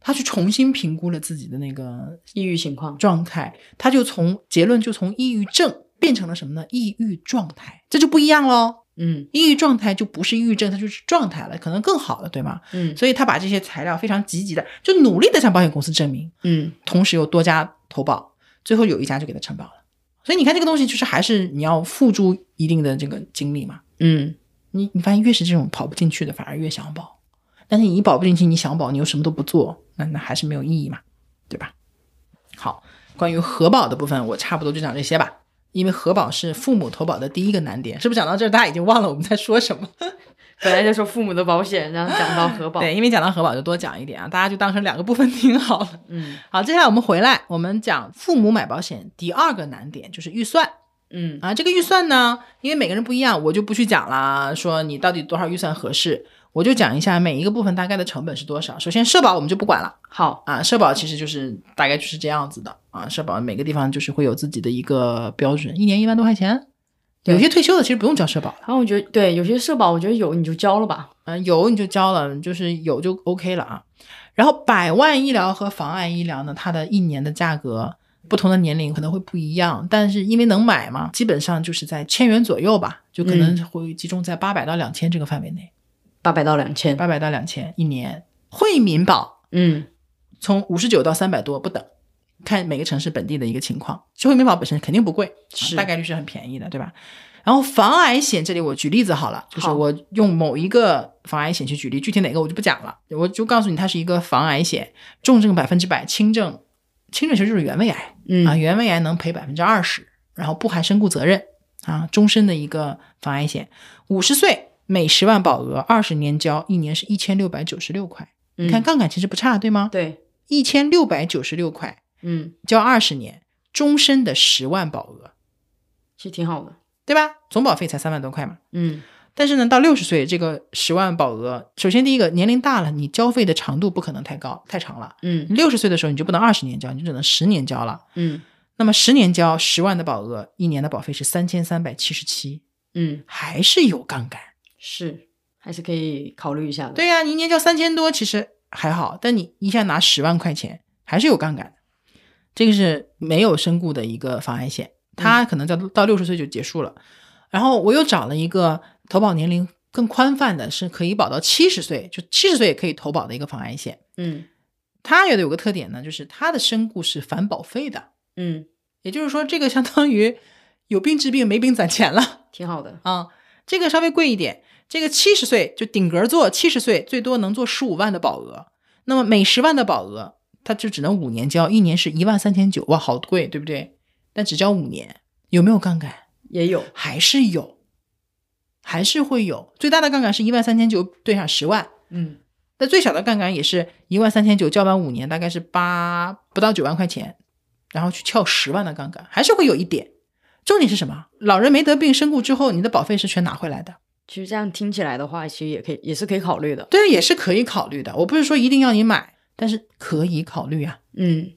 Speaker 1: 他去重新评估了自己的那个
Speaker 2: 抑郁情况，
Speaker 1: 状态，他就从结论就从抑郁症变成了什么呢？抑郁状态，这就不一样喽。
Speaker 2: 嗯
Speaker 1: 抑郁状态就不是抑郁症，它就是状态了，可能更好了，对吗？
Speaker 2: 嗯
Speaker 1: 所以他把这些材料非常积极的，就努力的向保险公司证明，
Speaker 2: 嗯，
Speaker 1: 同时有多家投保，最后有一家就给他承保了。所以你看这个东西，就是还是你要付诸一定的这个精力嘛。
Speaker 2: 嗯，
Speaker 1: 你你发现越是这种跑不进去的，反而越想保。但是你一保不进去，你想保，你又什么都不做，那那还是没有意义嘛，对吧？好，关于核保的部分，我差不多就讲这些吧。因为核保是父母投保的第一个难点，是不是讲到这儿，大家已经忘了我们在说什么？
Speaker 2: 本来在说父母的保险，然后讲到核保，
Speaker 1: 对，因为讲到核保就多讲一点啊，大家就当成两个部分听好了。
Speaker 2: 嗯
Speaker 1: 好，接下来我们回来，我们讲父母买保险第二个难点就是预算。
Speaker 2: 嗯
Speaker 1: 啊，这个预算呢，因为每个人不一样，我就不去讲啦。说你到底多少预算合适，我就讲一下每一个部分大概的成本是多少。首先，社保我们就不管了
Speaker 2: 好，
Speaker 1: 啊，社保其实就是大概就是这样子的啊，社保每个地方就是会有自己的一个标准，一年一万多块钱。有
Speaker 2: 对
Speaker 1: 些退休的其实不用交社保了，
Speaker 2: 然后我觉得对有些社保，我觉得有你就交了吧，
Speaker 1: 嗯、有你就交了，就是有就 OK 了啊。然后百万医疗和防癌医疗呢，它的一年的价格，不同的年龄可能会不一样，但是因为能买嘛，基本上就是在千元左右吧，就可能会集中在八百到两千这个范围内，
Speaker 2: 八百到两千，
Speaker 1: 八百到两千一年。惠民保
Speaker 2: 嗯
Speaker 1: 从五十九到三百多不等，看每个城市本地的一个情况。社会民保本身肯定不贵，
Speaker 2: 是
Speaker 1: 大概率是很便宜的，对吧？然后防癌险这里我举例子好了，就是
Speaker 2: 好
Speaker 1: 我用某一个防癌险去举例，具体哪个我就不讲了，我就告诉你它是一个防癌险，重症百分之百，轻症轻症其实就是原位癌、啊，
Speaker 2: 嗯
Speaker 1: 原位癌能赔百分之二十，然后不含身故责任啊，终身的一个防癌险，五十岁每十万保额，二十年交，一年是一千六百九十六块，
Speaker 2: 嗯
Speaker 1: 你看杠杆其实不差，对吗？
Speaker 2: 对，
Speaker 1: 一千六百九十六块，
Speaker 2: 嗯，
Speaker 1: 交二十年，终身的十万保额，
Speaker 2: 其实挺好的，
Speaker 1: 对吧？总保费才三万多块嘛。
Speaker 2: 嗯
Speaker 1: 但是呢，到六十岁这个十万保额，首先第一个年龄大了，你交费的长度不可能太高太长了。
Speaker 2: 嗯
Speaker 1: 六十岁的时候你就不能二十年交，你就只能十年交了。
Speaker 2: 嗯
Speaker 1: 那么十年交十万的保额，一年的保费是三千三百七十七，
Speaker 2: 嗯，
Speaker 1: 还是有杠杆。
Speaker 2: 是还是可以考虑一下的，，
Speaker 1: 对呀、你一年交三千多其实还好，但你一下拿十万块钱，还是有杠杆的。这个是没有身故的一个防癌险，它可能到到六十岁就结束了。然后我又找了一个投保年龄更宽泛的，是可以保到七十岁，就七十岁也可以投保的一个防癌险。
Speaker 2: 嗯
Speaker 1: 它有的有个特点呢，就是它的身故是返保费的，
Speaker 2: 嗯，
Speaker 1: 也就是说，这个相当于有病治病，没病攒钱了。
Speaker 2: 挺好的，
Speaker 1: 啊，这个稍微贵一点，这个七十岁就顶格做，七十岁最多能做十五万的保额，那么每十万的保额，它就只能五年交，一年是一万三千九，哇，好贵，对不对？但只交五年，有没有杠杆？
Speaker 2: 也有，
Speaker 1: 还是有，还是会有，最大的杠杆是一万三千九对上十万。
Speaker 2: 嗯
Speaker 1: 那最小的杠杆也是一万三千九，交完五年大概是八不到九万块钱，然后去撬十万的杠杆，还是会有一点。重点是什么？老人没得病身故之后，你的保费是全拿回来的，
Speaker 2: 其实这样听起来的话，其实也可以，也是可以考虑的。
Speaker 1: 对，也是可以考虑的。我不是说一定要你买，但是可以考虑啊。
Speaker 2: 嗯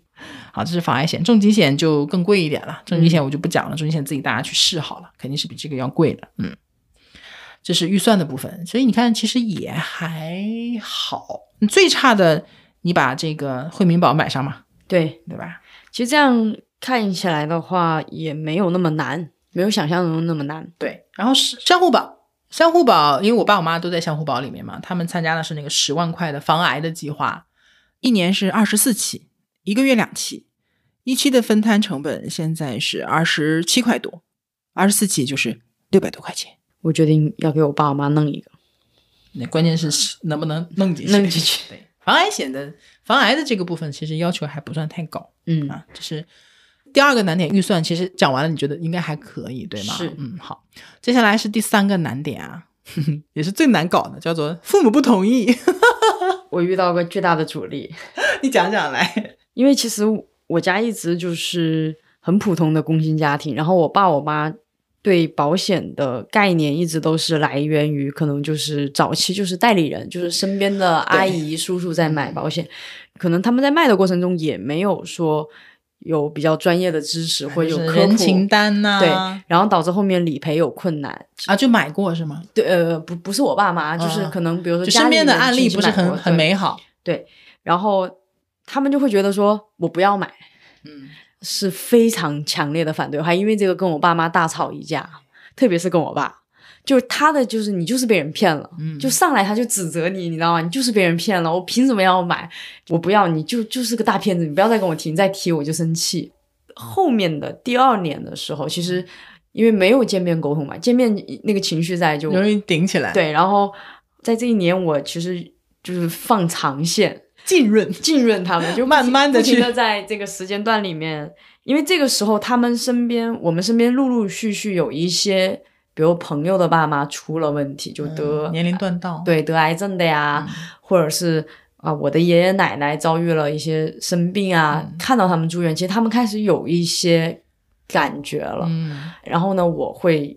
Speaker 1: 好，这是防癌险，重疾险就更贵一点了。重疾
Speaker 2: 嗯
Speaker 1: 险我就不讲了，重疾险自己大家去试好了，肯定是比这个要贵的。嗯，这是预算的部分，所以你看，其实也还好。最差的，你把这个惠民保买上嘛，，
Speaker 2: 对，
Speaker 1: 对吧？
Speaker 2: 其实这样看起来的话，也没有那么难，没有想象中那么难。
Speaker 1: 对，然后是相互保，相互保，因为我爸我妈都在相互保里面嘛，他们参加的是那个十万块的防癌的计划，一年是二十四期，一个月两期，一期的分摊成本现在是二十七块多，二十四期就是六百多块钱。
Speaker 2: 我决定要给我爸我妈弄一个。
Speaker 1: 那关键是能不能弄进去？
Speaker 2: 弄进去。
Speaker 1: 对，防癌险的防癌的这个部分其实要求还不算太高
Speaker 2: 嗯，
Speaker 1: 啊，这是第二个难点预算。其实讲完了，你觉得应该还可以，对吗？
Speaker 2: 是
Speaker 1: 嗯，好。接下来是第三个难点啊， 也是最难搞的，叫做父母不同意。
Speaker 2: 我遇到个巨大的阻力，
Speaker 1: 你讲讲来。
Speaker 2: 因为其实我家一直就是很普通的工薪家庭，然后我爸我妈对保险的概念一直都是来源于可能就是早期就是代理人，就是身边的阿姨叔叔在买保险，可能他们在卖的过程中也没有说有比较专业的知识或者有
Speaker 1: 就是
Speaker 2: 科
Speaker 1: 人
Speaker 2: 普，
Speaker 1: 情单呐、
Speaker 2: 对，然后导致后面理赔有困难。
Speaker 1: 啊，就买过是吗？
Speaker 2: 对，呃，不不是我爸妈，就是
Speaker 1: 啊
Speaker 2: 可能比如说
Speaker 1: 就
Speaker 2: 家
Speaker 1: 身
Speaker 2: 里
Speaker 1: 边的
Speaker 2: 人
Speaker 1: 案例
Speaker 2: 亲戚
Speaker 1: 不是
Speaker 2: 买
Speaker 1: 很
Speaker 2: 过
Speaker 1: 很
Speaker 2: 对
Speaker 1: 美好，
Speaker 2: 然后他们就会觉得说我不要买，
Speaker 1: 嗯，
Speaker 2: 是非常强烈的反对，我还因为这个跟我爸妈大吵一架，特别是跟我爸，就是他的就是你就是被人骗了，
Speaker 1: 嗯
Speaker 2: 就上来他就指责你，你知道吗？你就是被人骗了，我凭什么要买？我不要，你就就是个大骗子，你不要再跟我提，你再提我就生气。后面的第二年的时候，其实因为没有见面沟通嘛，见面那个情绪在就
Speaker 1: 容易顶起来，，
Speaker 2: 对，然后在这一年我其实就是放长线，
Speaker 1: 浸润，
Speaker 2: 浸润他们，就
Speaker 1: 慢慢地去
Speaker 2: 的在这个时间段里面，因为这个时候他们身边，我们身边陆陆续续有一些，比如朋友的爸妈出了问题，就得、
Speaker 1: 嗯年龄嗯断到，
Speaker 2: 对得癌症的呀，或者是啊、我的爷爷奶奶遭遇了一些生病啊，
Speaker 1: 嗯
Speaker 2: 看到他们住院，其实他们开始有一些感觉了，
Speaker 1: 嗯，
Speaker 2: 然后呢，我会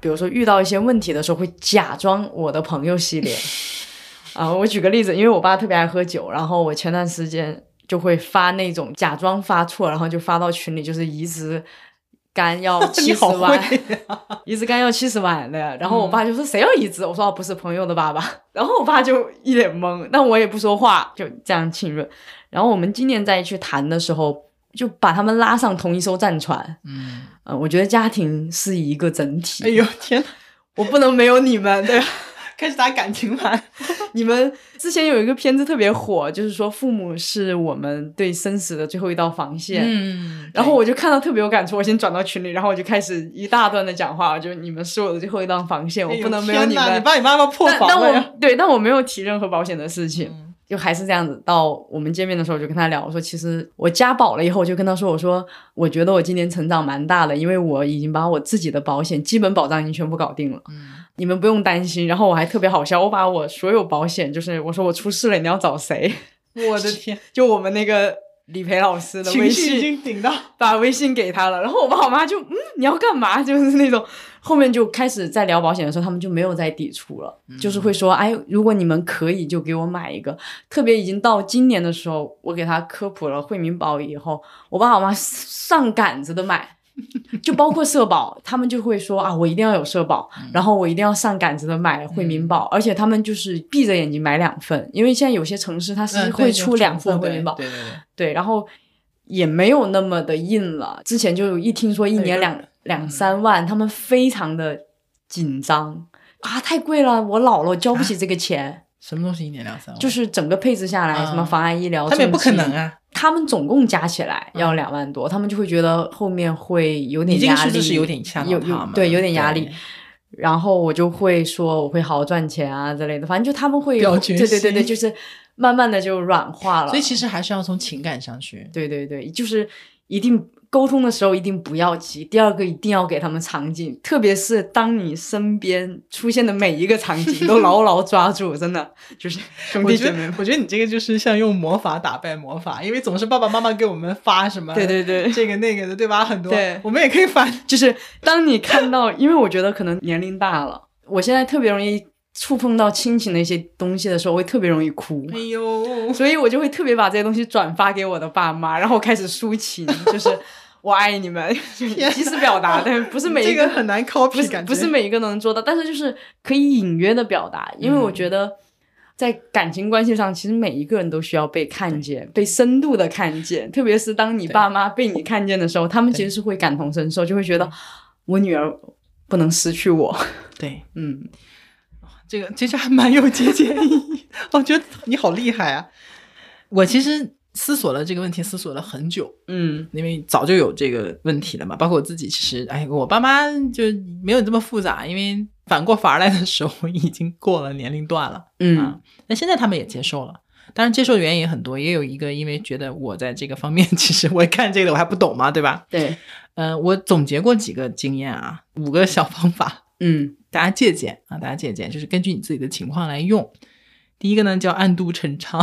Speaker 2: 比如说遇到一些问题的时候，会假装我的朋友系列。 啊、我举个例子，因为我爸特别爱喝酒，然后我前段时间就会发那种假装发错，然后就发到群里，就是移植肝要七
Speaker 1: 你
Speaker 2: 十
Speaker 1: 好
Speaker 2: 万，
Speaker 1: 会嗯啊，
Speaker 2: 移植肝要七十万的。然后我爸就说谁要移植？我说哦，不是朋友的爸 爸。然后我爸就一脸懵，那我也不说话，就这样浸润。然后我们今年再去谈的时候，就把他们拉上同一艘战船。
Speaker 1: 嗯，
Speaker 2: 嗯，我觉得家庭是一个整体，
Speaker 1: 哎呦天哪，
Speaker 2: 我不能没有你们，对吧？
Speaker 1: 开始打感情牌，
Speaker 2: 你们之前有一个片子特别火，就是说父母是我们对生死的最后一道防线。
Speaker 1: 嗯，
Speaker 2: 然后我就看到特别有感触，我先转到群里，然后我就开始一大段的讲话，就你们是我的最后一道防线，我
Speaker 1: 哎呦
Speaker 2: 不能没有你
Speaker 1: 天哪
Speaker 2: 们
Speaker 1: 你。把你妈妈破
Speaker 2: 但
Speaker 1: 防
Speaker 2: 但
Speaker 1: 了呀，
Speaker 2: 我对，但我没有提任何保险的事情，
Speaker 1: 嗯
Speaker 2: 就还是这样子。到我们见面的时候，我就跟他聊，我说其实我家保了以后，我就跟他说，我说我觉得我今年成长蛮大的，因为我已经把我自己的保险基本保障已经全部搞定了。
Speaker 1: 嗯
Speaker 2: 你们不用担心。然后我还特别好笑，我把我所有保险，就是我说我出事了，你要找谁？
Speaker 1: 我的天，
Speaker 2: 就我们那个理赔老师的微
Speaker 1: 情绪已
Speaker 2: 信，
Speaker 1: 经顶到，
Speaker 2: 把微信给他了。然后我爸我妈就嗯，你要干嘛？就是那种。后面就开始在聊保险的时候，他们就没有再抵触了，
Speaker 1: 嗯
Speaker 2: 就是会说，哎，如果你们可以，就给我买一个。特别已经到今年的时候，我给他科普了惠民保以后，我爸我妈上杆子的买， 就包括社保，他们就会说啊，我一定要有社保，
Speaker 1: 嗯
Speaker 2: 然后我一定要上杆子的买惠民保，而且他们就是闭着眼睛买两份，因为现在有些城市它是
Speaker 1: 嗯
Speaker 2: 会
Speaker 1: 对
Speaker 2: 出两份
Speaker 1: 对
Speaker 2: 惠民保，
Speaker 1: 对对对，
Speaker 2: 对，然后也没有那么的硬了。之前就一听说一
Speaker 1: 对嗯
Speaker 2: 年两两三万，他们非常的紧张啊，太贵了，我老了我交不起这 个钱。
Speaker 1: 什么东西一年两啊三万，
Speaker 2: 就是整个配置下来，
Speaker 1: 啊
Speaker 2: 什么防癌医疗，
Speaker 1: 哦他们也不可
Speaker 2: 重疾
Speaker 1: 能，啊，嗯
Speaker 2: 他们总共加起来要两万多，他们就会觉得后面会有
Speaker 1: 你
Speaker 2: 点
Speaker 1: 这个
Speaker 2: 压
Speaker 1: 数
Speaker 2: 力，
Speaker 1: 字是有点呛到
Speaker 2: 有
Speaker 1: 他
Speaker 2: 有
Speaker 1: 们，
Speaker 2: 对有点压
Speaker 1: 对
Speaker 2: 力。然后我就会说我会好好赚钱啊之类的，反正就他们会
Speaker 1: 表决
Speaker 2: 对对对对，
Speaker 1: 心
Speaker 2: 就是慢慢的就软化了。
Speaker 1: 所以其实还是要从情感上去，
Speaker 2: 对对对，就是一定沟通的时候一定不要急。第二个一定要给他们场景，特别是当你身边出现的每一个场景都牢牢抓住，真的就是 兄
Speaker 1: 我
Speaker 2: 弟
Speaker 1: 觉
Speaker 2: 姐
Speaker 1: 得
Speaker 2: 妹，。
Speaker 1: 我觉得你这个就是像用魔法打败魔法，因为总是爸爸妈妈给我们发什么，
Speaker 2: 对对对，
Speaker 1: 这个那个的，对吧？很多，
Speaker 2: 对
Speaker 1: 我们也可以反。
Speaker 2: 就是当你看到，因为我觉得可能年龄大了，我现在特别容易触碰到亲情的一些东西的时候，我会特别容易哭。
Speaker 1: 哎呦，
Speaker 2: 所以我就会特别把这些东西转发给我的爸妈，然后开始抒情，就是 我爱你们，就是
Speaker 1: 天
Speaker 2: 及时表达，但是不是每
Speaker 1: 这
Speaker 2: 一
Speaker 1: 个很难 copy，
Speaker 2: 不是
Speaker 1: 感觉
Speaker 2: 不是每一个能做到，但是就是可以隐约的表达，因为我
Speaker 1: 嗯
Speaker 2: 觉得在感情关系上，其实每一个人都需要被看见，被深度的看见，特别是当你
Speaker 1: 对
Speaker 2: 爸妈被你看见的时候，他们
Speaker 1: 对
Speaker 2: 其实是会感同身受，就会觉得我女儿不能失去我，
Speaker 1: 对
Speaker 2: 嗯，
Speaker 1: 这个其实还蛮有借鉴意义。 我觉得你好厉害啊！我其实思索了这个问题，思索了很久，
Speaker 2: 嗯
Speaker 1: 因为早就有这个问题了嘛。包括我自己，其实哎，我爸妈就没有这么复杂，因为反过乏来的时候已经过了年龄段了。
Speaker 2: 嗯
Speaker 1: 啊，那现在他们也接受了。当然，接受的原因也很多，也有一个因为觉得我在这个方面， 其实我看这个我还不懂嘛，对吧？
Speaker 2: 对，
Speaker 1: 嗯、我总结过几个经验啊，五个小方法，
Speaker 2: 嗯
Speaker 1: 大家借鉴啊，大家借鉴，就是根据你自己的情况来用。第一个呢叫暗度陈仓，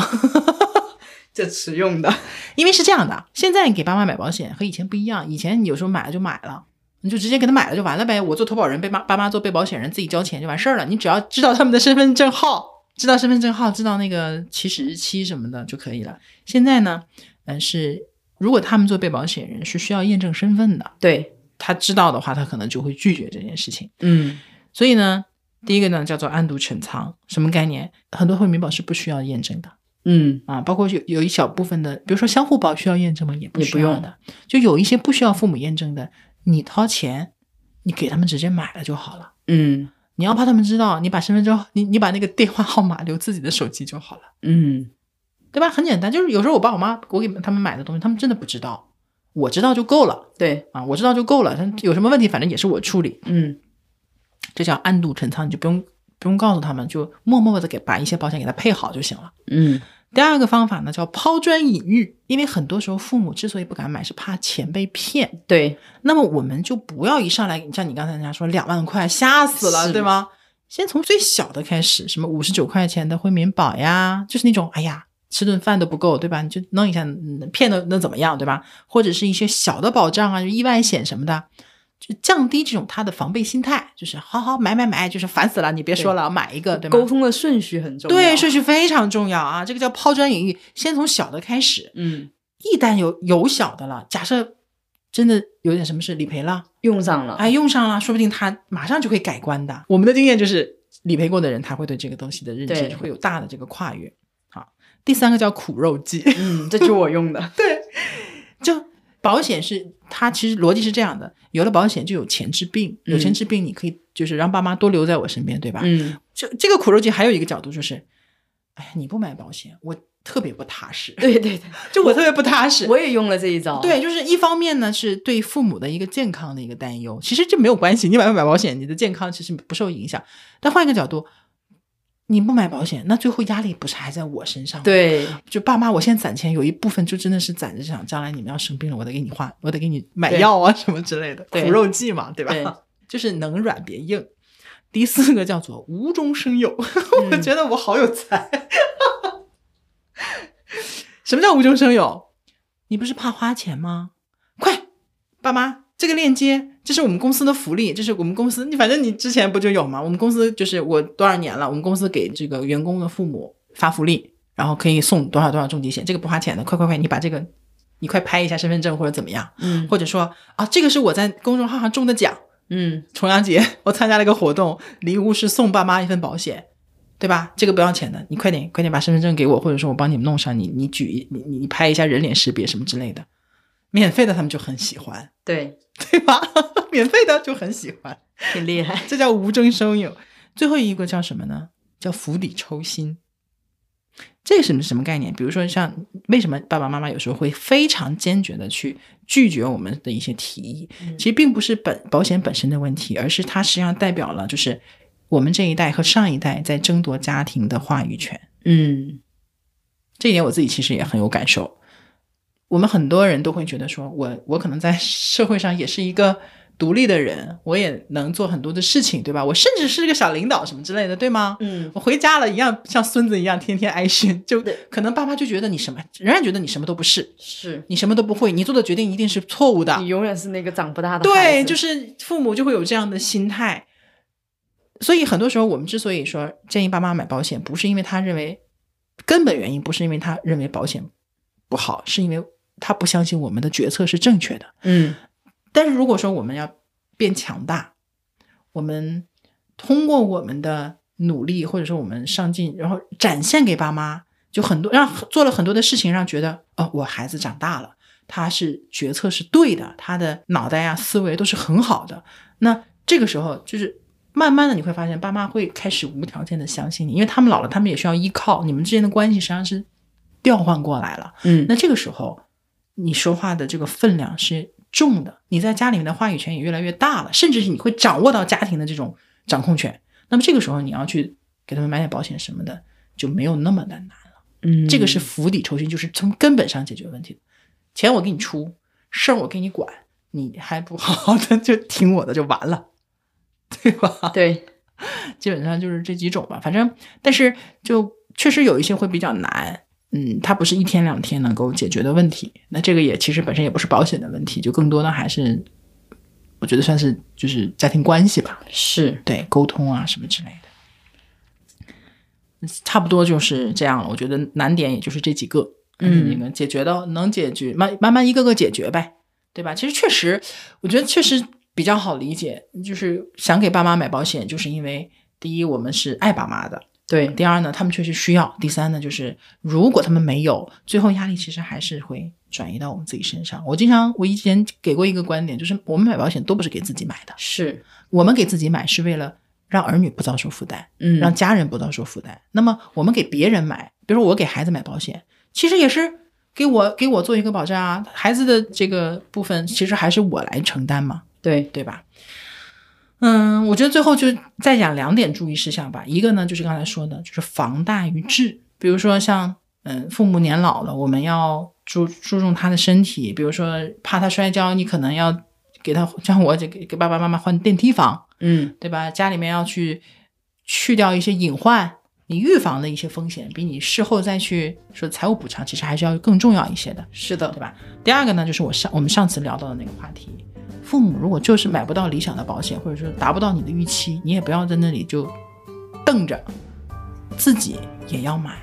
Speaker 2: 这词用的，
Speaker 1: 因为是这样的，现在给爸妈买保险和以前不一样，以前你有时候买了就买了，你就直接给他买了就完了呗。我做投保人，被妈爸妈做被保险人，自己交钱就完事儿了。你只要知道他们的身份证号，知道身份证号，知道那个起始日期什么的就可以了。现在呢，嗯，是如果他们做被保险人是需要验证身份的，
Speaker 2: 对，
Speaker 1: 他知道的话，他可能就会拒绝这件事情。
Speaker 2: 嗯
Speaker 1: 所以呢，第一个呢叫做暗度陈仓，什么概念？很多惠民保是不需要验证的
Speaker 2: 嗯
Speaker 1: 啊，包括有有一小部分的，比如说相互保需要验证吗？也不
Speaker 2: 也
Speaker 1: 需
Speaker 2: 不
Speaker 1: 要
Speaker 2: 用
Speaker 1: 的，就有一些不需要父母验证的，你掏钱，你给他们直接买了就好了。
Speaker 2: 嗯
Speaker 1: 你要怕他们知道，你把身份证，你你把那个电话号码留自己的手机就好了，
Speaker 2: 嗯
Speaker 1: 对吧？很简单，就是有时候我爸我妈我给他们买的东西，他们真的不知道，我知道就够了
Speaker 2: 对，
Speaker 1: 啊，我知道就够了。但有什么问题，反正也是我处理。
Speaker 2: 嗯
Speaker 1: 这叫暗度陈仓，你就不用不用告诉他们，就默默的给把一些保险给他配好就行了。
Speaker 2: 嗯
Speaker 1: 第二个方法呢叫抛砖引玉，因为很多时候父母之所以不敢买，是怕钱被骗。
Speaker 2: 对，
Speaker 1: 那么我们就不要一上来，像你刚才人家说两万块吓死了，
Speaker 2: 是
Speaker 1: 对吗？先从最小的开始，什么五十九块钱的惠民保呀，就是那种哎呀吃顿饭都不够，对吧？你就弄一下，嗯骗的能怎么样，对吧？或者是一些小的保障啊，意外险什么的，就降低这种他的防备心态，就是好好买买买，就是烦死了，你别说了，买一个，对吗？
Speaker 2: 沟通的顺序很重要，
Speaker 1: 对，顺序非常重要啊，这个叫抛砖引玉，先从小的开始，
Speaker 2: 嗯
Speaker 1: 一旦有有小的了，假设真的有点什么事理赔了，
Speaker 2: 用上了，
Speaker 1: 哎，用上了，说不定他马上就会改观的。我们的经验就是，理赔过的人他会对这个东西的认知
Speaker 2: 对
Speaker 1: 会有大的这个跨越。好，第三个叫苦肉计，
Speaker 2: 嗯，这就我用的，
Speaker 1: 就保险是它其实逻辑是这样的，有了保险就有钱治病，有钱
Speaker 2: 嗯
Speaker 1: 治病你可以就是让爸妈多留在我身边，对吧？
Speaker 2: 嗯
Speaker 1: 这这个苦肉计还有一个角度就是，哎呀，你不买保险，我特别不踏实，
Speaker 2: 对对对，
Speaker 1: 就我特别不踏实。
Speaker 2: 我也用了这一招，
Speaker 1: 对，就是一方面呢是对父母的一个健康的一个担忧，其实这没有关系，你买不买保险，你的健康其实不受影响。但换一个角度，你不买保险，那最后压力不是还在我身上吗？，
Speaker 2: 对
Speaker 1: 就爸妈，我现在攒钱有一部分就真的是攒着想，将来你们要生病了，我得给你花，我得给你买
Speaker 2: 对
Speaker 1: 药啊什么之类的，
Speaker 2: 对
Speaker 1: 苦肉计嘛，对吧？
Speaker 2: 对
Speaker 1: 就是能软别硬。第四个叫做无中生有，我
Speaker 2: 嗯
Speaker 1: 觉得我好有才。 什么叫无中生有？你不是怕花钱吗？快，爸妈，这个链接，这是我们公司的福利，这是我们公司，你反正你之前不就有吗？我们公司就是我多少年了，我们公司给这个员工的父母发福利，然后可以送多少多少重疾险，这个不花钱的，快快快，你把这个，你快拍一下身份证或者怎么样，
Speaker 2: 嗯
Speaker 1: 或者说啊，这个是我在公众号上中的奖，
Speaker 2: 嗯
Speaker 1: 重阳节我参加了一个活动，礼物是送爸妈一份保险，对吧？这个不要钱的，你快点快点把身份证给我，或者说我帮你们弄上，你你举一你你拍一下人脸识别什么之类的，免费的他们就很喜欢，
Speaker 2: 对，
Speaker 1: 对吧？ 免费的就很喜欢，
Speaker 2: 挺厉害，
Speaker 1: 这叫无中生有。最后一个叫什么呢？叫釜底抽薪。这个什么什么概念？比如说像为什么爸爸妈妈有时候会非常坚决的去拒绝我们的一些提议，其实并不是本保险本身的问题，而是它实际上代表了就是我们这一代和上一代在争夺家庭的话语权。
Speaker 2: 嗯
Speaker 1: 这一点我自己其实也很有感受。我们很多人都会觉得说，我我可能在社会上也是一个独立的人，我也能做很多的事情，对吧？我甚至是个小领导什么之类的，对吗？
Speaker 2: 嗯
Speaker 1: 我回家了一样像孙子一样天天挨训，就
Speaker 2: 对
Speaker 1: 可能爸妈就觉得你什么，仍然觉得你什么都不是，
Speaker 2: 是。
Speaker 1: 你什么都不会，你做的决定一定是错误的。
Speaker 2: 你永远是那个长不大的孩
Speaker 1: 啊对，
Speaker 2: 子，
Speaker 1: 就是父母就会有这样的心态。所以很多时候，我们之所以说建议爸妈买保险，不是因为他认为根本原因，不是因为他认为保险不好，是因为他不相信我们的决策是正确的。
Speaker 2: 嗯
Speaker 1: 但是如果说我们要变强大，我们通过我们的努力，或者说我们上进，然后展现给爸妈，就很多让做了很多的事情，让觉得哦，我孩子长大了，他是决策是对的，他的脑袋呀、思维都是很好的。那这个时候就是。慢慢的，你会发现爸妈会开始无条件的相信你，因为他们老了，他们也需要依靠。你们之间的关系实际上是调换过来了。
Speaker 2: 嗯
Speaker 1: 那这个时候，你说话的这个分量是重的，你在家里面的话语权也越来越大了，甚至是你会掌握到家庭的这种掌控权。那么这个时候，你要去给他们买点保险什么的，就没有那么的难。
Speaker 2: 嗯，
Speaker 1: 这个是釜底抽薪，就是从根本上解决问题的。钱我给你出，事儿我给你管，你还不好好的 就听我的就完了，对吧？
Speaker 2: 对，
Speaker 1: 基本上就是这几种吧。反正，但是就确实有一些会比较难，嗯，它不是一天两天能够解决的问题。那这个也其实本身也不是保险的问题，就更多的还是我觉得算是就是家庭关系吧，
Speaker 2: 是
Speaker 1: 对沟通啊什么之类的，嗯差不多就是这样了。我觉得难点也就是这几个，
Speaker 2: 嗯
Speaker 1: 那个解决的能解决，慢慢慢一个个解决呗，对吧？其实确实，我觉得确实比较好理解，就是想给爸妈买保险，就是因为第一我们是爱爸妈的，
Speaker 2: 对，
Speaker 1: 第二呢他们确实需要，第三呢就是如果他们没有，最后压力其实还是会转移到我们自己身上。我经常我以前给过一个观点，就是我们买保险都不是给自己买的。
Speaker 2: 是，
Speaker 1: 我们给自己买是为了让儿女不遭受负担，
Speaker 2: 嗯，
Speaker 1: 让家人不遭受负担。那么我们给别人买，比如说我给孩子买保险，其实也是给我给我做一个保障啊，孩子的这个部分其实还是我来承担嘛，
Speaker 2: 对，
Speaker 1: 对吧？嗯，我觉得最后就再讲两点注意事项吧。一个呢，就是刚才说的，就是防大于治。比如说像，嗯，父母年老了，我们要注注重他的身体，比如说怕他摔跤，你可能要给他像我就给给爸爸妈妈换电梯房，
Speaker 2: 嗯，
Speaker 1: 对吧？家里面要去去掉一些隐患，你预防的一些风险，比你事后再去说财务补偿，其实还是要更重要一些的，
Speaker 2: 是的
Speaker 1: 对，吧？第二个呢，就是我上我们上次聊到的那个话题，父母如果就是买不到理想的保险，或者说达不到你的预期，你也不要在那里就瞪着，自己也要买，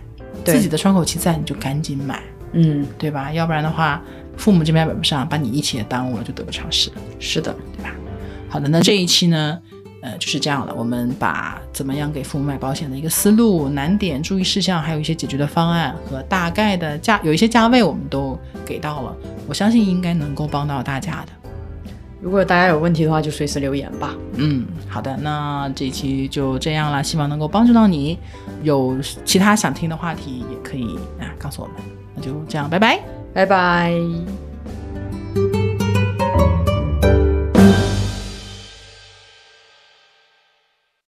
Speaker 2: 对
Speaker 1: 自己的窗口期在，你就赶紧买，
Speaker 2: 嗯，
Speaker 1: 对吧？要不然的话，父母这边买不上，把你一起也耽误了，就得不偿失。
Speaker 2: 是的，
Speaker 1: 好的，那这一期呢，呃，就是这样了。我们把怎么样给父母买保险的一个思路、难点、注意事项，还有一些解决的方案和大概的价，有一些价位我们都给到了。我相信应该能够帮到大家的。
Speaker 2: 如果大家有问题的话，就随时留言吧。
Speaker 1: 嗯，好的，那这一期就这样了，希望能够帮助到你。有其他想听的话题也可以啊告诉我们。那就这样，拜拜。
Speaker 2: 拜拜。